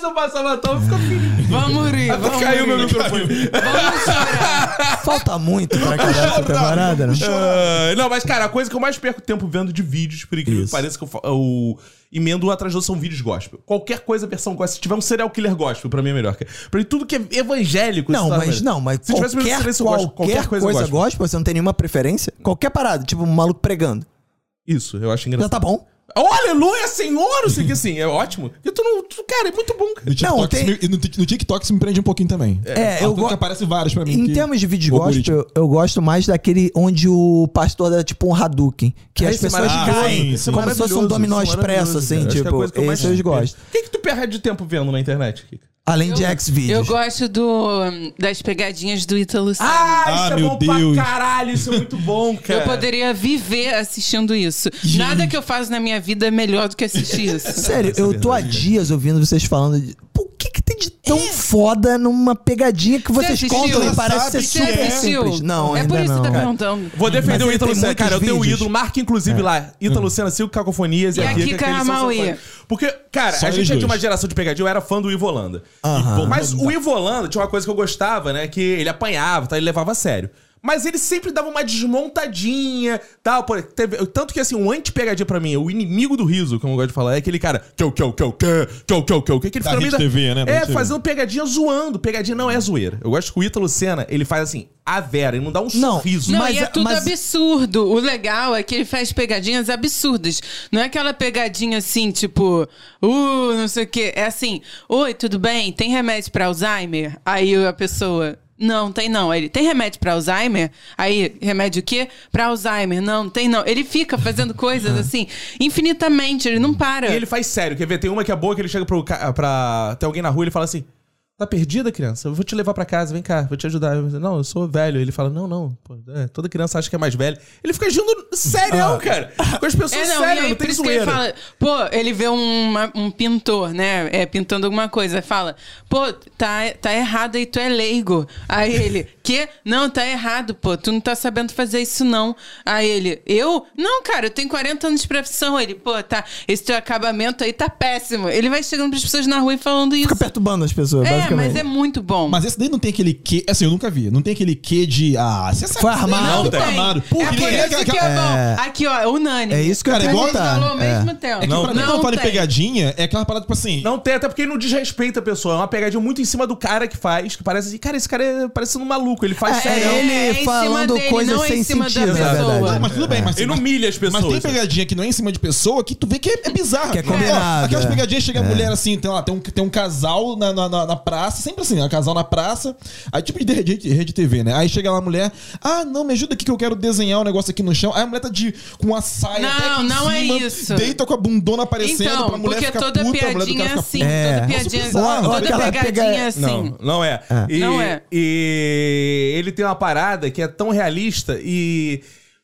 Speaker 1: se
Speaker 3: um
Speaker 1: eu passar batom, fica fininho.
Speaker 3: Vamos rir,
Speaker 1: Até
Speaker 3: vamos
Speaker 1: caiu meu
Speaker 3: rir.
Speaker 1: microfone.
Speaker 3: Vamos chorar.
Speaker 2: Falta muito pra acabar essa temporada, né?
Speaker 1: Ah, não, mas, cara, a coisa que eu mais perco tempo vendo de vídeos, por incrível que
Speaker 2: Isso.
Speaker 1: pareça, que eu, fa- eu emendo um atrás do outro, são vídeos gospel. Qualquer coisa, versão gospel. Se tiver um serial killer gospel, pra mim é melhor. Cara. Pra mim, tudo que é evangélico...
Speaker 2: Não,
Speaker 1: isso tá
Speaker 2: mas
Speaker 1: maneiro.
Speaker 2: não, mas
Speaker 1: Se tivesse
Speaker 2: qualquer,
Speaker 1: mesmo silêncio
Speaker 2: qualquer,
Speaker 1: gospel, qualquer
Speaker 2: coisa,
Speaker 1: coisa gospel.
Speaker 2: gospel, você não tem nenhuma preferência? Qualquer parada, tipo um maluco pregando.
Speaker 1: Isso, eu acho engraçado.
Speaker 2: Já tá bom.
Speaker 1: Oh, aleluia, Senhor! Não sei o que assim, é ótimo. E tu não. tu- cara, é muito bom, cara.
Speaker 4: No TikTok,
Speaker 2: Não, tem-
Speaker 4: isso me- no, Tik- no TikTok isso me prende um pouquinho também.
Speaker 2: É,
Speaker 4: Ah,
Speaker 2: eu
Speaker 4: tanto
Speaker 2: go-
Speaker 4: que aparece vários pra mim.
Speaker 2: Em
Speaker 4: que-
Speaker 2: termos de vídeo
Speaker 4: algoritmo.
Speaker 2: gospel, eu, eu gosto mais daquele onde o pastor dá tipo um Hadouken. Que
Speaker 1: Ah,
Speaker 2: as
Speaker 1: esse é
Speaker 2: pessoas
Speaker 1: maravilhoso.
Speaker 2: caem.
Speaker 4: Isso é
Speaker 2: como se fosse um
Speaker 1: Maravilhoso,
Speaker 2: dominó
Speaker 1: isso é
Speaker 2: expresso,
Speaker 1: maravilhoso,
Speaker 2: assim,
Speaker 1: cara. Acho que é a
Speaker 2: tipo.
Speaker 1: coisa que eu mais
Speaker 2: Esse eu
Speaker 1: perco.
Speaker 2: gosto.
Speaker 1: O que, que tu perde de tempo vendo na internet, Kika?
Speaker 2: Além de
Speaker 3: Eu
Speaker 2: X-Videos.
Speaker 3: gosto do, das pegadinhas do Ítalo Sá.
Speaker 1: Ah,
Speaker 4: Ah,
Speaker 1: isso é
Speaker 4: meu
Speaker 1: bom
Speaker 4: Deus.
Speaker 1: pra caralho, isso é muito bom, cara.
Speaker 3: Eu poderia viver assistindo isso. Nada que eu faço na minha vida é melhor do que assistir isso.
Speaker 2: Sério, eu tô há dias ouvindo vocês falando de. Pô, o que, que tem de tão foda numa pegadinha que vocês
Speaker 3: assistiu?
Speaker 2: contam e
Speaker 3: É. Você
Speaker 2: parece ser
Speaker 4: sabe
Speaker 3: Você
Speaker 2: super
Speaker 3: assistiu?
Speaker 2: simples? Não,
Speaker 3: é
Speaker 2: ainda
Speaker 3: por isso
Speaker 2: não.
Speaker 3: que tá
Speaker 2: cara.
Speaker 3: perguntando.
Speaker 1: Vou defender
Speaker 2: Mas
Speaker 1: o
Speaker 2: ele
Speaker 1: Ítalo
Speaker 2: tem
Speaker 1: Senna, cara. Eu
Speaker 2: muitos
Speaker 1: tenho um
Speaker 2: vídeos. É. Hum.
Speaker 1: ídolo. Marca, inclusive, lá. Ítalo Senna, Silvio Cacofonias
Speaker 3: E a
Speaker 1: Kika,
Speaker 3: Kika
Speaker 1: que eles são
Speaker 3: Amaui.
Speaker 1: sensacionais. Porque, cara,
Speaker 4: Só
Speaker 1: a gente
Speaker 4: eles
Speaker 1: é de
Speaker 4: dois.
Speaker 1: uma geração de pegadinha. Eu era fã do Ivo Holanda.
Speaker 2: Aham.
Speaker 1: Mas o Ivo Holanda tinha uma coisa que eu gostava, né? Que ele apanhava, tá? ele levava a sério. Mas ele sempre dava uma desmontadinha, tal. Por, teve- tanto que, assim, um anti-pegadinha pra mim, o inimigo do riso, como eu gosto de falar, é aquele cara... Que, que, que, que, que, que, que, é que, que ele
Speaker 4: Da
Speaker 1: fica no meio
Speaker 4: Rede TV, né? Da
Speaker 1: É,
Speaker 4: Rede TV.
Speaker 1: fazendo pegadinha zoando. Pegadinha não é zoeira. Eu gosto que o Ítalo Senna, ele faz assim, a Vera, ele não dá um
Speaker 2: Não,
Speaker 1: sorriso.
Speaker 3: Não,
Speaker 2: Mas
Speaker 3: e é
Speaker 2: a-
Speaker 3: tudo
Speaker 2: mas-
Speaker 3: absurdo. O legal é que ele faz pegadinhas absurdas. Não é aquela pegadinha assim, tipo, uh, não sei o quê. É assim, oi, tudo bem? Tem remédio pra Alzheimer? Aí a pessoa. Não, tem não. Aí Ele tem remédio pra Alzheimer? Aí, remédio o quê? Pra Alzheimer. Não, tem não. Ele fica fazendo coisas assim infinitamente, ele não para.
Speaker 1: E ele faz sério. Quer ver? Tem uma que é boa que ele chega pro, ca- pra. Tem alguém na rua e ele fala assim: Tá perdida, criança? Eu vou te levar pra casa, vem cá, vou te ajudar. Eu, não, eu sou velho. Ele fala: Não, não. pô, é, toda criança acha que é mais velho. Ele fica agindo sério,
Speaker 4: Ah.
Speaker 1: cara. Com as pessoas
Speaker 3: É, não,
Speaker 1: sérias,
Speaker 3: e aí,
Speaker 1: não
Speaker 3: por
Speaker 1: tem
Speaker 3: isso que ele
Speaker 1: zoeira.
Speaker 3: fala, pô, ele vê uma- um pintor, né, é, pintando alguma coisa, fala, pô, tá, tá errado aí, tu é leigo. Aí ele, que? Não, tá errado, pô, tu não tá sabendo fazer isso não. Aí ele, eu? Não, cara, eu tenho 40 anos de profissão. Ele, pô, tá, esse teu acabamento aí tá péssimo. Ele vai chegando pras pessoas na rua e falando isso.
Speaker 2: Fica perturbando as pessoas,
Speaker 3: É,
Speaker 2: basicamente.
Speaker 3: mas é muito bom.
Speaker 4: Mas esse daí não tem aquele que. Assim, eu nunca vi. Não tem aquele que de. Ah, você sabe.
Speaker 2: Foi
Speaker 4: que isso daí
Speaker 2: armado. Não
Speaker 4: Não, foi
Speaker 2: tem.
Speaker 4: armado. Pô,
Speaker 3: é por
Speaker 4: que-
Speaker 3: isso que é
Speaker 2: é.
Speaker 3: bom. Aqui, ó, unânime.
Speaker 2: É isso que eu
Speaker 4: Cara,
Speaker 2: ia
Speaker 4: é igual
Speaker 2: perguntar.
Speaker 3: Falou ao
Speaker 2: É.
Speaker 3: mesmo tempo.
Speaker 4: É que pra mim, quando fala em
Speaker 3: tem.
Speaker 4: pegadinha, é aquela parada, tipo assim.
Speaker 1: Não tem, até porque ele não desrespeita a pessoa. É uma pegadinha muito em cima do cara que faz, que parece assim, cara, esse cara é parecendo um maluco, ele faz
Speaker 2: É,
Speaker 1: sério.
Speaker 2: é ele
Speaker 3: É, é em
Speaker 2: falando
Speaker 3: cima dele,
Speaker 2: coisas
Speaker 3: não é em
Speaker 2: sem
Speaker 3: cima da
Speaker 2: sentido, na
Speaker 3: pessoa.
Speaker 2: verdade.
Speaker 4: Não, mas tudo bem, mas.
Speaker 1: Ele
Speaker 4: mas-
Speaker 1: humilha as pessoas.
Speaker 4: Mas tem pegadinha que não é em cima de pessoa que tu vê que é, é bizarro.
Speaker 2: Que é combinado,
Speaker 4: Ó, aquelas
Speaker 2: é.
Speaker 4: pegadinhas chega a mulher assim, tem, lá, tem, um, tem um casal na, na, na- na praça, sempre assim, um casal na praça. Aí tipo de rede, rede TV, né? Aí chega lá a mulher, ah, não, me ajuda aqui que eu quero desenhar um negócio aqui no chão. Aí a mulher tá de, com a saia.
Speaker 3: Não,
Speaker 4: até aqui em
Speaker 3: não é
Speaker 4: cima,
Speaker 3: isso.
Speaker 4: Deita com a bundona aparecendo
Speaker 3: Então,
Speaker 4: pra mulher
Speaker 3: porque
Speaker 4: ficar
Speaker 3: toda
Speaker 4: puta, a mulher do
Speaker 3: piadinha
Speaker 4: cara
Speaker 3: é
Speaker 4: fica
Speaker 3: assim.
Speaker 4: puta.
Speaker 2: É.
Speaker 3: Toda piadinha,
Speaker 2: Ou- ou
Speaker 3: toda
Speaker 2: aquela
Speaker 3: pegadinha é
Speaker 2: pega-
Speaker 3: assim.
Speaker 1: Não, não é.
Speaker 2: Ah.
Speaker 1: E,
Speaker 3: Não é.
Speaker 1: E ele tem uma parada que é tão realista e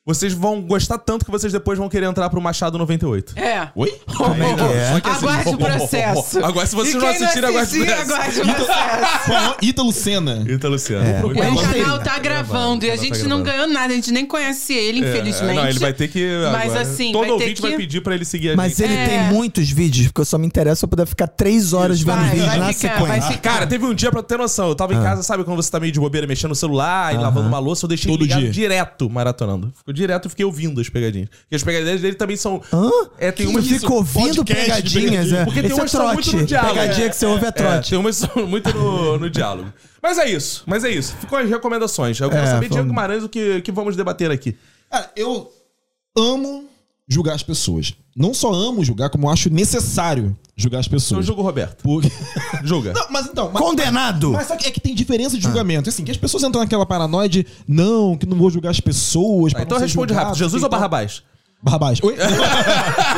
Speaker 1: vocês vão gostar tanto que vocês depois vão querer entrar pro Machado 98.
Speaker 3: É.
Speaker 4: Oi?
Speaker 2: Como é que é?
Speaker 1: Só que assim-
Speaker 3: Aguarde o processo.
Speaker 1: Agora, se vocês
Speaker 3: E
Speaker 1: não
Speaker 3: quem
Speaker 1: assistirem, aguarde o
Speaker 3: assistir,
Speaker 1: processo.
Speaker 3: aguarde o processo.
Speaker 4: Qual- Ítalo Senna.
Speaker 1: Eita, Luciano.
Speaker 2: É.
Speaker 1: Muito
Speaker 2: Eu
Speaker 1: bom.
Speaker 3: O
Speaker 2: gostei.
Speaker 3: canal tá gravando e a
Speaker 1: Tá
Speaker 3: gente
Speaker 1: gravando.
Speaker 3: não ganhou nada, a gente nem conhece ele, infelizmente.
Speaker 1: É, Não, ele vai ter que.
Speaker 3: Mas
Speaker 1: agora,
Speaker 3: assim,
Speaker 1: todo
Speaker 3: vai ter
Speaker 1: ouvinte
Speaker 3: que-
Speaker 1: vai pedir pra ele seguir a
Speaker 2: Mas
Speaker 1: gente.
Speaker 2: ele
Speaker 3: É.
Speaker 2: tem muitos vídeos, porque eu só me interessa eu poder ficar três horas vendo
Speaker 3: Vai,
Speaker 2: vídeos
Speaker 3: vai
Speaker 2: na
Speaker 3: ficar, vai
Speaker 2: sequência.
Speaker 3: ficar.
Speaker 1: Cara, teve um dia pra eu ter noção. Eu tava
Speaker 2: Ah.
Speaker 1: em casa, sabe quando você tá meio de bobeira mexendo no celular e lavando uma louça, eu deixei
Speaker 4: Todo
Speaker 1: ligado
Speaker 4: dia.
Speaker 1: direto maratonando. Ficou direto e fiquei ouvindo as pegadinhas. Porque as pegadinhas dele também são.
Speaker 2: Hã?
Speaker 1: É, tem
Speaker 2: Que
Speaker 1: umas
Speaker 2: fica ouvindo
Speaker 4: Podcast né? de
Speaker 2: pegadinhas,
Speaker 4: pegadinha.
Speaker 2: é.
Speaker 1: Porque tem
Speaker 2: Esse é
Speaker 1: umas que são
Speaker 2: trote.
Speaker 1: muito no diálogo.
Speaker 2: Pegadinha
Speaker 1: É,
Speaker 2: que você ouve é
Speaker 1: É,
Speaker 2: trote.
Speaker 1: tem umas que são muito no, no diálogo. Mas é isso, mas é isso. Ficam as recomendações. Eu quero
Speaker 2: É,
Speaker 1: saber, Diego
Speaker 2: vamos.
Speaker 1: Guimarães, o que, que vamos debater aqui.
Speaker 4: Cara, eu amo julgar as pessoas. Não só amo julgar, como acho necessário julgar as
Speaker 1: Eu
Speaker 4: pessoas.
Speaker 1: julgo o é um Roberto.
Speaker 4: Porque-
Speaker 1: Julga.
Speaker 4: Não, mas então. Mas,
Speaker 2: Condenado!
Speaker 4: mas só que é que tem diferença de
Speaker 1: Ah.
Speaker 4: julgamento. Assim, que as pessoas entram naquela paranoia de não, que não vou julgar as pessoas.
Speaker 1: Tá,
Speaker 4: pra
Speaker 1: então
Speaker 4: não ser
Speaker 1: responde
Speaker 4: julgado, assim,
Speaker 1: rápido. Jesus
Speaker 4: porque tá-
Speaker 1: ou
Speaker 4: tal.
Speaker 1: Barrabás?
Speaker 4: Barrabás. Oi?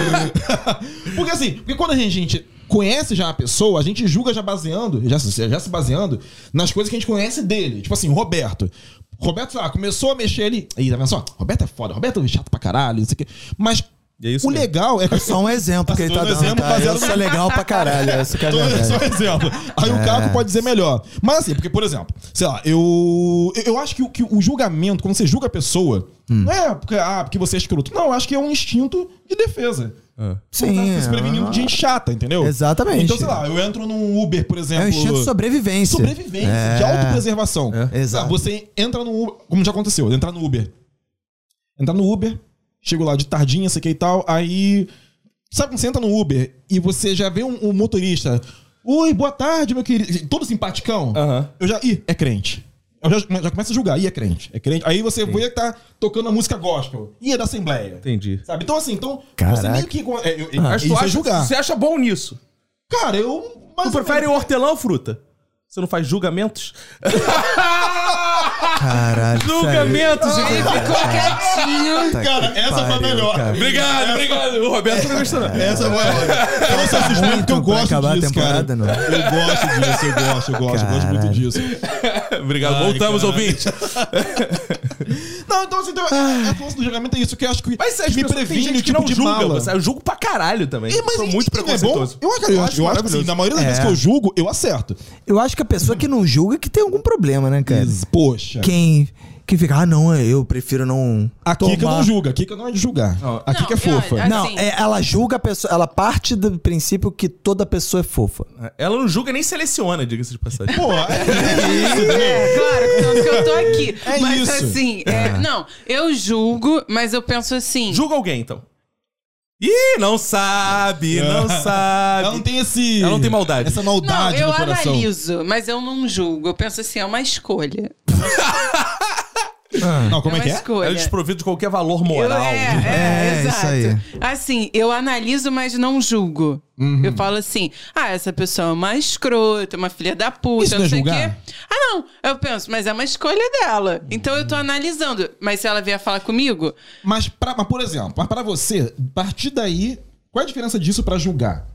Speaker 4: porque assim, porque quando a gente conhece já a pessoa, a gente julga já baseando, já, se- já se baseando nas coisas que a gente conhece dele. Tipo assim, Roberto. Roberto, sei lá, começou a mexer ali. Ih, tá vendo só? Roberto é foda, Roberto é chato pra caralho, não sei o quê. Mas
Speaker 1: E é isso
Speaker 4: o
Speaker 1: mesmo.
Speaker 4: legal é que.
Speaker 2: Só um exemplo que ele tá
Speaker 4: Todo
Speaker 2: dando.
Speaker 4: exemplo
Speaker 2: Tá?
Speaker 4: baseado
Speaker 2: Eu sou
Speaker 4: no-
Speaker 2: legal pra caralho. Essa que é a
Speaker 4: Tô dando
Speaker 2: verdade.
Speaker 4: só um exemplo. Aí o Caco pode dizer melhor. Mas assim, porque, por exemplo, sei lá, eu. Eu eu acho que, o- que o julgamento, quando você julga a pessoa, não é porque, ah, porque você é escroto. Não, eu acho que é um instinto de defesa.
Speaker 2: Sim.
Speaker 4: Tá se prevenindo de gente chata, entendeu?
Speaker 2: Exatamente.
Speaker 4: Então, sei lá, eu entro num Uber, por
Speaker 2: É
Speaker 4: exemplo.
Speaker 2: um instinto de sobrevivência.
Speaker 4: sobrevivência, de autopreservação.
Speaker 2: É.
Speaker 4: Sabe,
Speaker 2: Exato.
Speaker 4: Você entra no Uber, como já aconteceu, entrar no Uber. Entrar no Uber, chego lá de tardinha, sei que e tal, aí. Sabe quando você entra no Uber e você já vê um, um motorista. Oi, boa tarde, meu querido. Todo simpaticão.
Speaker 2: Ah.
Speaker 1: Aham.
Speaker 4: Eu já. Ih, é crente. Eu já, já começo a julgar. Ih, é crente. É crente. Aí você vê que tá tocando a música gospel. Ih, é da Assembleia.
Speaker 1: Entendi.
Speaker 4: Sabe? Então, assim, então. Você
Speaker 2: Caraca. Ah,
Speaker 4: meio que. É, eu,
Speaker 1: Mas
Speaker 4: isso
Speaker 1: tu
Speaker 4: é
Speaker 1: acha,
Speaker 4: julgar.
Speaker 1: Você acha bom nisso?
Speaker 4: Cara, eu. mais
Speaker 1: Tu
Speaker 4: ou
Speaker 1: prefere
Speaker 4: menos.
Speaker 1: hortelã ou fruta? Você não faz julgamentos?
Speaker 2: Caralho.
Speaker 1: Julgamento,
Speaker 3: Ele
Speaker 1: gente.
Speaker 3: ficou quietinho.
Speaker 4: Cara, essa foi a melhor.
Speaker 1: Obrigado, obrigado. O Roberto tá não gostou, não.
Speaker 4: Essa é foi a melhor. Eu sou suspeito
Speaker 2: Muito
Speaker 4: um que eu
Speaker 2: pra
Speaker 4: gosto
Speaker 2: acabar a
Speaker 4: disso, cara.
Speaker 2: temporada, não.
Speaker 4: Eu gosto disso, eu gosto, eu gosto, eu gosto muito
Speaker 2: Caralho.
Speaker 4: disso.
Speaker 1: Obrigado.
Speaker 4: Ai,
Speaker 1: Voltamos,
Speaker 4: caralho.
Speaker 1: ouvinte.
Speaker 4: Não, então assim, então, a força do julgamento é isso, que eu acho que
Speaker 1: Mas Sérgio,
Speaker 4: me
Speaker 1: pessoas- tem gente
Speaker 4: previne o
Speaker 1: que
Speaker 4: tipo
Speaker 1: não
Speaker 4: de
Speaker 1: julga.
Speaker 4: mala.
Speaker 1: você- Eu julgo pra caralho também.
Speaker 4: É, mas
Speaker 1: Sou
Speaker 4: e-
Speaker 1: muito
Speaker 4: e não é
Speaker 1: preconceituoso.
Speaker 4: bom? Eu, cara, eu, acho, eu acho que assim, na maioria das
Speaker 2: É.
Speaker 4: vezes que eu julgo, eu acerto.
Speaker 2: Eu acho que a pessoa que não julga que tem algum problema, né, cara?
Speaker 4: Poxa.
Speaker 2: Quem que fica, ah, não, eu prefiro não.
Speaker 4: A Kika
Speaker 2: tomar."
Speaker 4: não julga, a Kika não é de julgar. A
Speaker 3: Não,
Speaker 4: Kika é
Speaker 3: eu-
Speaker 4: fofa.
Speaker 3: a-
Speaker 2: Não,
Speaker 3: Assim.
Speaker 2: é- ela julga a pessoa, ela parte do princípio que toda pessoa é fofa.
Speaker 1: Ela não julga nem seleciona, diga-se de passagem.
Speaker 4: Pô, é isso,
Speaker 3: É, claro, tanto que eu tô aqui.
Speaker 4: É
Speaker 3: mas
Speaker 4: isso.
Speaker 3: assim, é, não, eu julgo, mas eu penso assim.
Speaker 1: Julga alguém, então. Ih, não sabe, não sabe.
Speaker 4: Ela não tem esse.
Speaker 1: Ela não tem maldade.
Speaker 4: Essa
Speaker 3: não,
Speaker 4: maldade
Speaker 3: eu
Speaker 4: no coração.
Speaker 3: analiso, mas eu não julgo. Eu penso assim, é uma escolha.
Speaker 4: Não, como é,
Speaker 3: uma
Speaker 4: que é?
Speaker 1: Ela é
Speaker 3: escolha.
Speaker 1: desprovida de qualquer valor
Speaker 3: Eu-
Speaker 1: moral.
Speaker 3: é, é,
Speaker 2: É,
Speaker 3: exato.
Speaker 2: isso aí.
Speaker 3: Assim, eu analiso, mas não julgo. Eu falo assim, ah, essa pessoa é uma escrota, uma filha da puta,
Speaker 4: Isso
Speaker 3: não,
Speaker 4: não é
Speaker 3: sei o quê.
Speaker 4: julgar?
Speaker 3: Ah, não. Eu penso, mas é uma escolha dela. Então eu tô analisando. Mas se ela vier falar comigo,
Speaker 4: Mas, pra, mas, por exemplo, mas pra você, a partir daí, qual é a diferença disso pra julgar?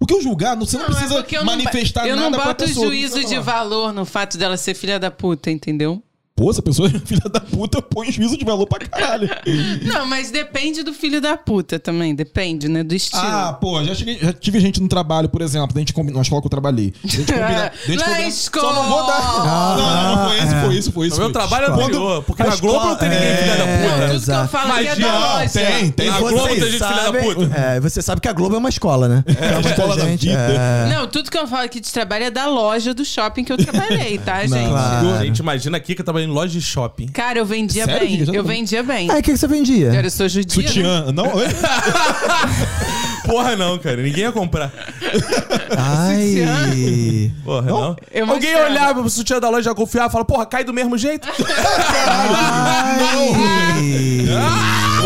Speaker 4: Porque o julgar, você não,
Speaker 3: Não, é
Speaker 4: precisa
Speaker 3: porque eu não ba-
Speaker 4: manifestar
Speaker 3: Eu não
Speaker 4: nada pra
Speaker 3: boto
Speaker 4: pessoa. não
Speaker 3: juízo
Speaker 4: precisa
Speaker 3: de
Speaker 4: falar.
Speaker 3: valor no fato dela ser filha da puta, entendeu?
Speaker 4: Pô, essa pessoa é filha da puta, eu ponho juízo de valor pra caralho.
Speaker 3: Não, mas depende do filho da puta também, depende, né? Do estilo.
Speaker 4: ah, pô, já, cheguei- já tive gente no trabalho, por exemplo, da gente combina, na escola que eu trabalhei. Da gente combina. da gente
Speaker 3: Na
Speaker 4: combina- Só
Speaker 3: escola!
Speaker 4: não vou dar.
Speaker 2: Ah,
Speaker 4: não, não, não, foi esse,
Speaker 2: é.
Speaker 4: foi isso, foi
Speaker 1: No
Speaker 4: isso.
Speaker 1: meu
Speaker 4: foi.
Speaker 1: trabalho
Speaker 4: é
Speaker 1: é
Speaker 4: Quando-
Speaker 1: anterior, porque
Speaker 2: a
Speaker 1: na Globo não tem
Speaker 2: escola-
Speaker 1: ninguém filha da
Speaker 2: é,
Speaker 1: puta.
Speaker 3: Não, tudo
Speaker 2: exato.
Speaker 3: que eu falo aqui é da
Speaker 4: Não,
Speaker 3: loja.
Speaker 4: tem, tem.
Speaker 1: Na
Speaker 2: E
Speaker 1: Globo tem
Speaker 2: vocês
Speaker 1: gente filha da
Speaker 2: sabem-
Speaker 1: puta.
Speaker 2: É, você sabe que a Globo é uma escola, né? É,
Speaker 4: a escola da vida.
Speaker 3: Não, tudo que eu falo aqui de trabalho é da loja do shopping que eu trabalhei, tá, gente?
Speaker 2: claro.
Speaker 1: A gente imagina aqui que eu tava em loja de shopping.
Speaker 3: Cara, eu vendia
Speaker 4: Sério,
Speaker 3: bem.
Speaker 4: Vicky? Já
Speaker 3: Eu
Speaker 4: tá-
Speaker 3: vendia bem.
Speaker 2: Aí o que, que você vendia?
Speaker 3: Cara, eu sou judia. né?
Speaker 4: Sutiã. Não, oi?
Speaker 1: Porra, não, cara. Ninguém ia comprar.
Speaker 2: Ai.
Speaker 1: Porra, não.
Speaker 3: eu
Speaker 1: Alguém
Speaker 3: mostrava.
Speaker 1: olhava pro sutiã da loja e já confiava e falava, porra, cai do mesmo jeito?
Speaker 2: Ai.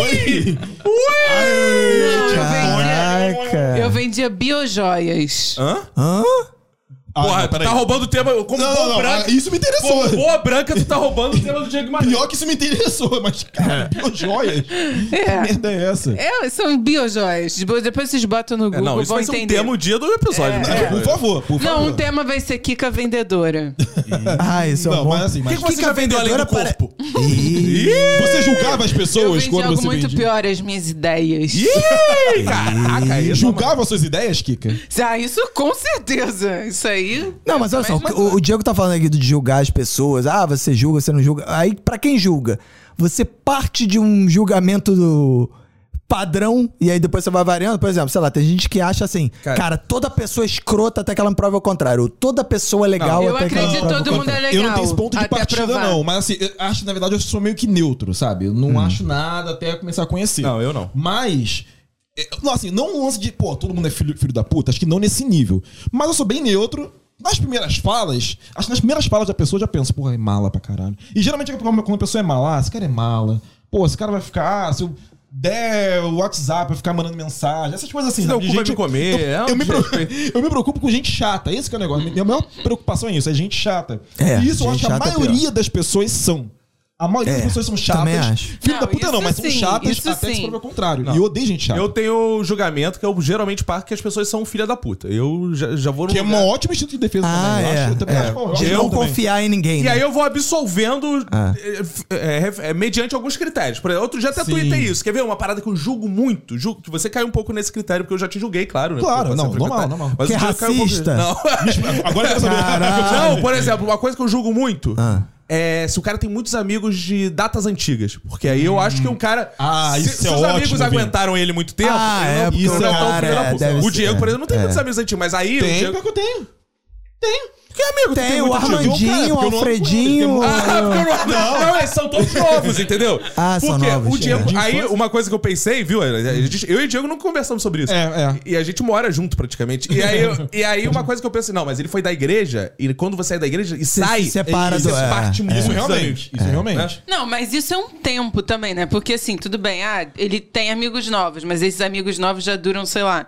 Speaker 4: Oi?
Speaker 3: Não, eu vendia-
Speaker 4: É.
Speaker 2: Caraca.
Speaker 3: Eu vendia biojoias.
Speaker 1: Hã?
Speaker 2: Hã?
Speaker 1: Porra,
Speaker 4: Ah, não, peraí.
Speaker 1: tá roubando o tema. Como
Speaker 4: Não,
Speaker 1: boa
Speaker 4: não, não,
Speaker 1: branca.
Speaker 4: ah, isso me interessou.
Speaker 1: Como boa branca, tu tá roubando o tema do Diego Maria.
Speaker 4: Pior que isso me interessou, mas, cara, pô, joias? Que
Speaker 3: É.
Speaker 4: merda é essa?
Speaker 3: É, são biojoias. Depois vocês botam no
Speaker 1: É,
Speaker 3: Google,
Speaker 1: não, isso
Speaker 3: vão
Speaker 1: vai ser um
Speaker 3: entender.
Speaker 1: tema o dia do episódio.
Speaker 3: É,
Speaker 1: né?
Speaker 4: Por favor, por favor.
Speaker 3: Não, o tema vai ser Kika Vendedora.
Speaker 2: Ah, isso é
Speaker 4: Não,
Speaker 2: bom.
Speaker 4: mas assim,
Speaker 1: O que,
Speaker 4: mas
Speaker 1: que você
Speaker 2: Fica
Speaker 1: já vendeu além do
Speaker 2: vendedora para-
Speaker 1: corpo?
Speaker 2: Ih,
Speaker 4: você julgava as
Speaker 3: Eu
Speaker 4: pessoas
Speaker 3: vendi
Speaker 4: quando
Speaker 3: algo
Speaker 4: você
Speaker 3: muito
Speaker 4: vendia?
Speaker 3: pior, as minhas ideias.
Speaker 1: Ih, caraca, isso é uma-
Speaker 4: Julgava suas ideias, Kika?
Speaker 3: Ah, isso com certeza. Isso aí.
Speaker 2: Não, mas olha só,
Speaker 3: Mas-
Speaker 2: o, o Diego tá falando aqui de julgar as pessoas. Ah, você julga, você não julga. Aí, pra quem julga? Você parte de um julgamento do padrão e aí depois você vai variando. Por exemplo, sei lá, tem gente que acha assim,
Speaker 1: Cara.
Speaker 2: cara, toda pessoa é escrota até que ela me prove o contrário. Ou toda pessoa é legal
Speaker 3: eu
Speaker 2: até que ela me
Speaker 3: acredito
Speaker 2: prove o
Speaker 3: todo mundo
Speaker 2: contrário.
Speaker 3: é
Speaker 4: Eu não
Speaker 3: legal,
Speaker 4: tenho esse ponto de
Speaker 3: até
Speaker 4: partida,
Speaker 3: provar. Hum.
Speaker 4: não. Mas assim, eu acho, que, na verdade, eu sou meio que neutro, sabe? Eu não acho nada até começar a conhecer.
Speaker 1: Não, eu não.
Speaker 4: Mas. é, Não, assim, não um lance de, pô, todo mundo é filho, filho da puta, acho que não nesse nível. Mas eu sou bem neutro. Nas primeiras falas, acho que nas primeiras falas da pessoa eu já penso, porra, é mala pra caralho. E geralmente quando quando a pessoa é mala, ah, esse cara é mala. Pô, esse cara vai ficar, ah, se eu der o WhatsApp, vai ficar mandando mensagem, essas coisas assim.
Speaker 1: Se não,
Speaker 4: sabe?
Speaker 1: o cu vai me comer,
Speaker 4: Eu,
Speaker 1: é um
Speaker 4: eu me preocupo,
Speaker 1: desrespeito.
Speaker 4: eu me preocupo com gente chata, esse que é o negócio. Minha maior preocupação é isso, é gente chata.
Speaker 2: É,
Speaker 4: e isso eu
Speaker 2: gente
Speaker 4: acho que a
Speaker 2: chata é
Speaker 4: maioria das pessoas são. A maioria
Speaker 2: É,
Speaker 4: das pessoas são chatas.
Speaker 2: também acho.
Speaker 4: Filho
Speaker 3: Não,
Speaker 4: da puta não,
Speaker 3: isso
Speaker 4: mas um é
Speaker 3: sim,
Speaker 4: são chatas
Speaker 3: isso
Speaker 4: até que se
Speaker 3: sim.
Speaker 4: prove o contrário. E eu odeio gente chata.
Speaker 1: Eu tenho o julgamento que eu geralmente parto que as pessoas são filha da puta. Eu já, já vou no
Speaker 4: Que é um
Speaker 1: lugar-
Speaker 4: ótimo instinto de defesa
Speaker 2: Ah,
Speaker 4: também. Eu
Speaker 2: é.
Speaker 4: acho, eu também
Speaker 2: é.
Speaker 4: acho bom, eu acho
Speaker 2: de
Speaker 4: bom
Speaker 2: não
Speaker 4: também.
Speaker 2: confiar em ninguém.
Speaker 1: E
Speaker 2: né?
Speaker 1: aí eu vou absolvendo
Speaker 2: Ah.
Speaker 1: eh, f- eh, eh, mediante alguns critérios. Por exemplo, outro dia até
Speaker 4: Sim.
Speaker 1: tuitei isso. Quer ver uma parada que eu julgo muito? Julgo que você caiu um pouco nesse critério, porque eu já te julguei, claro. Né?
Speaker 4: Claro,
Speaker 1: Porque você
Speaker 4: não,
Speaker 1: é frequentário.
Speaker 4: normal, normal.
Speaker 1: Mas
Speaker 2: Que
Speaker 1: outro dia eu caí um pouco-
Speaker 2: racista.
Speaker 1: Não.
Speaker 4: Agora eu quero saber.
Speaker 1: Não, por exemplo, uma coisa que eu julgo muito
Speaker 2: Ah.
Speaker 1: é se o cara tem muitos amigos de datas antigas. Porque aí eu acho que o cara.
Speaker 4: Ah,
Speaker 1: se,
Speaker 4: isso
Speaker 1: se
Speaker 4: é
Speaker 1: os
Speaker 4: ótimo,
Speaker 1: amigos
Speaker 4: Vini.
Speaker 1: aguentaram ele muito tempo,
Speaker 2: Ah,
Speaker 1: eu
Speaker 2: é,
Speaker 1: não,
Speaker 2: porque
Speaker 1: isso
Speaker 2: o
Speaker 1: não é tão
Speaker 2: cara,
Speaker 1: filho da
Speaker 2: é,
Speaker 1: puta.
Speaker 2: deve
Speaker 1: O
Speaker 2: ser,
Speaker 1: Diego, por exemplo, não tem muitos amigos antigos, mas aí o
Speaker 4: Tem,
Speaker 1: Diego.
Speaker 4: pior que eu tenho. Tem.
Speaker 1: Que amigo, tu muito
Speaker 2: Tem
Speaker 1: amigo?
Speaker 2: o
Speaker 4: cara, porque eu
Speaker 2: Armandinho,
Speaker 4: não
Speaker 2: o
Speaker 4: amo
Speaker 2: Alfredinho.
Speaker 1: Ah, porque eu não, não. eles são todos novos, entendeu?
Speaker 2: Ah, são novos,
Speaker 1: o Diego.
Speaker 2: é. De
Speaker 1: Aí,
Speaker 4: infância.
Speaker 1: uma coisa que eu pensei, viu? Eu e o Diego não conversamos sobre isso.
Speaker 4: É,
Speaker 1: E a gente mora junto, praticamente. E aí, eu- e aí uma coisa que eu penso, não, mas ele foi da igreja, e quando você é da igreja e sai,
Speaker 2: separa
Speaker 1: você
Speaker 2: do- é,
Speaker 1: parte
Speaker 4: é.
Speaker 1: muito
Speaker 4: Isso
Speaker 1: dos
Speaker 4: realmente.
Speaker 1: amigos. né?
Speaker 4: Isso realmente.
Speaker 3: Não, mas isso é um tempo também, né? Porque assim, tudo bem, ah, ele tem amigos novos, mas esses amigos novos já duram, sei lá,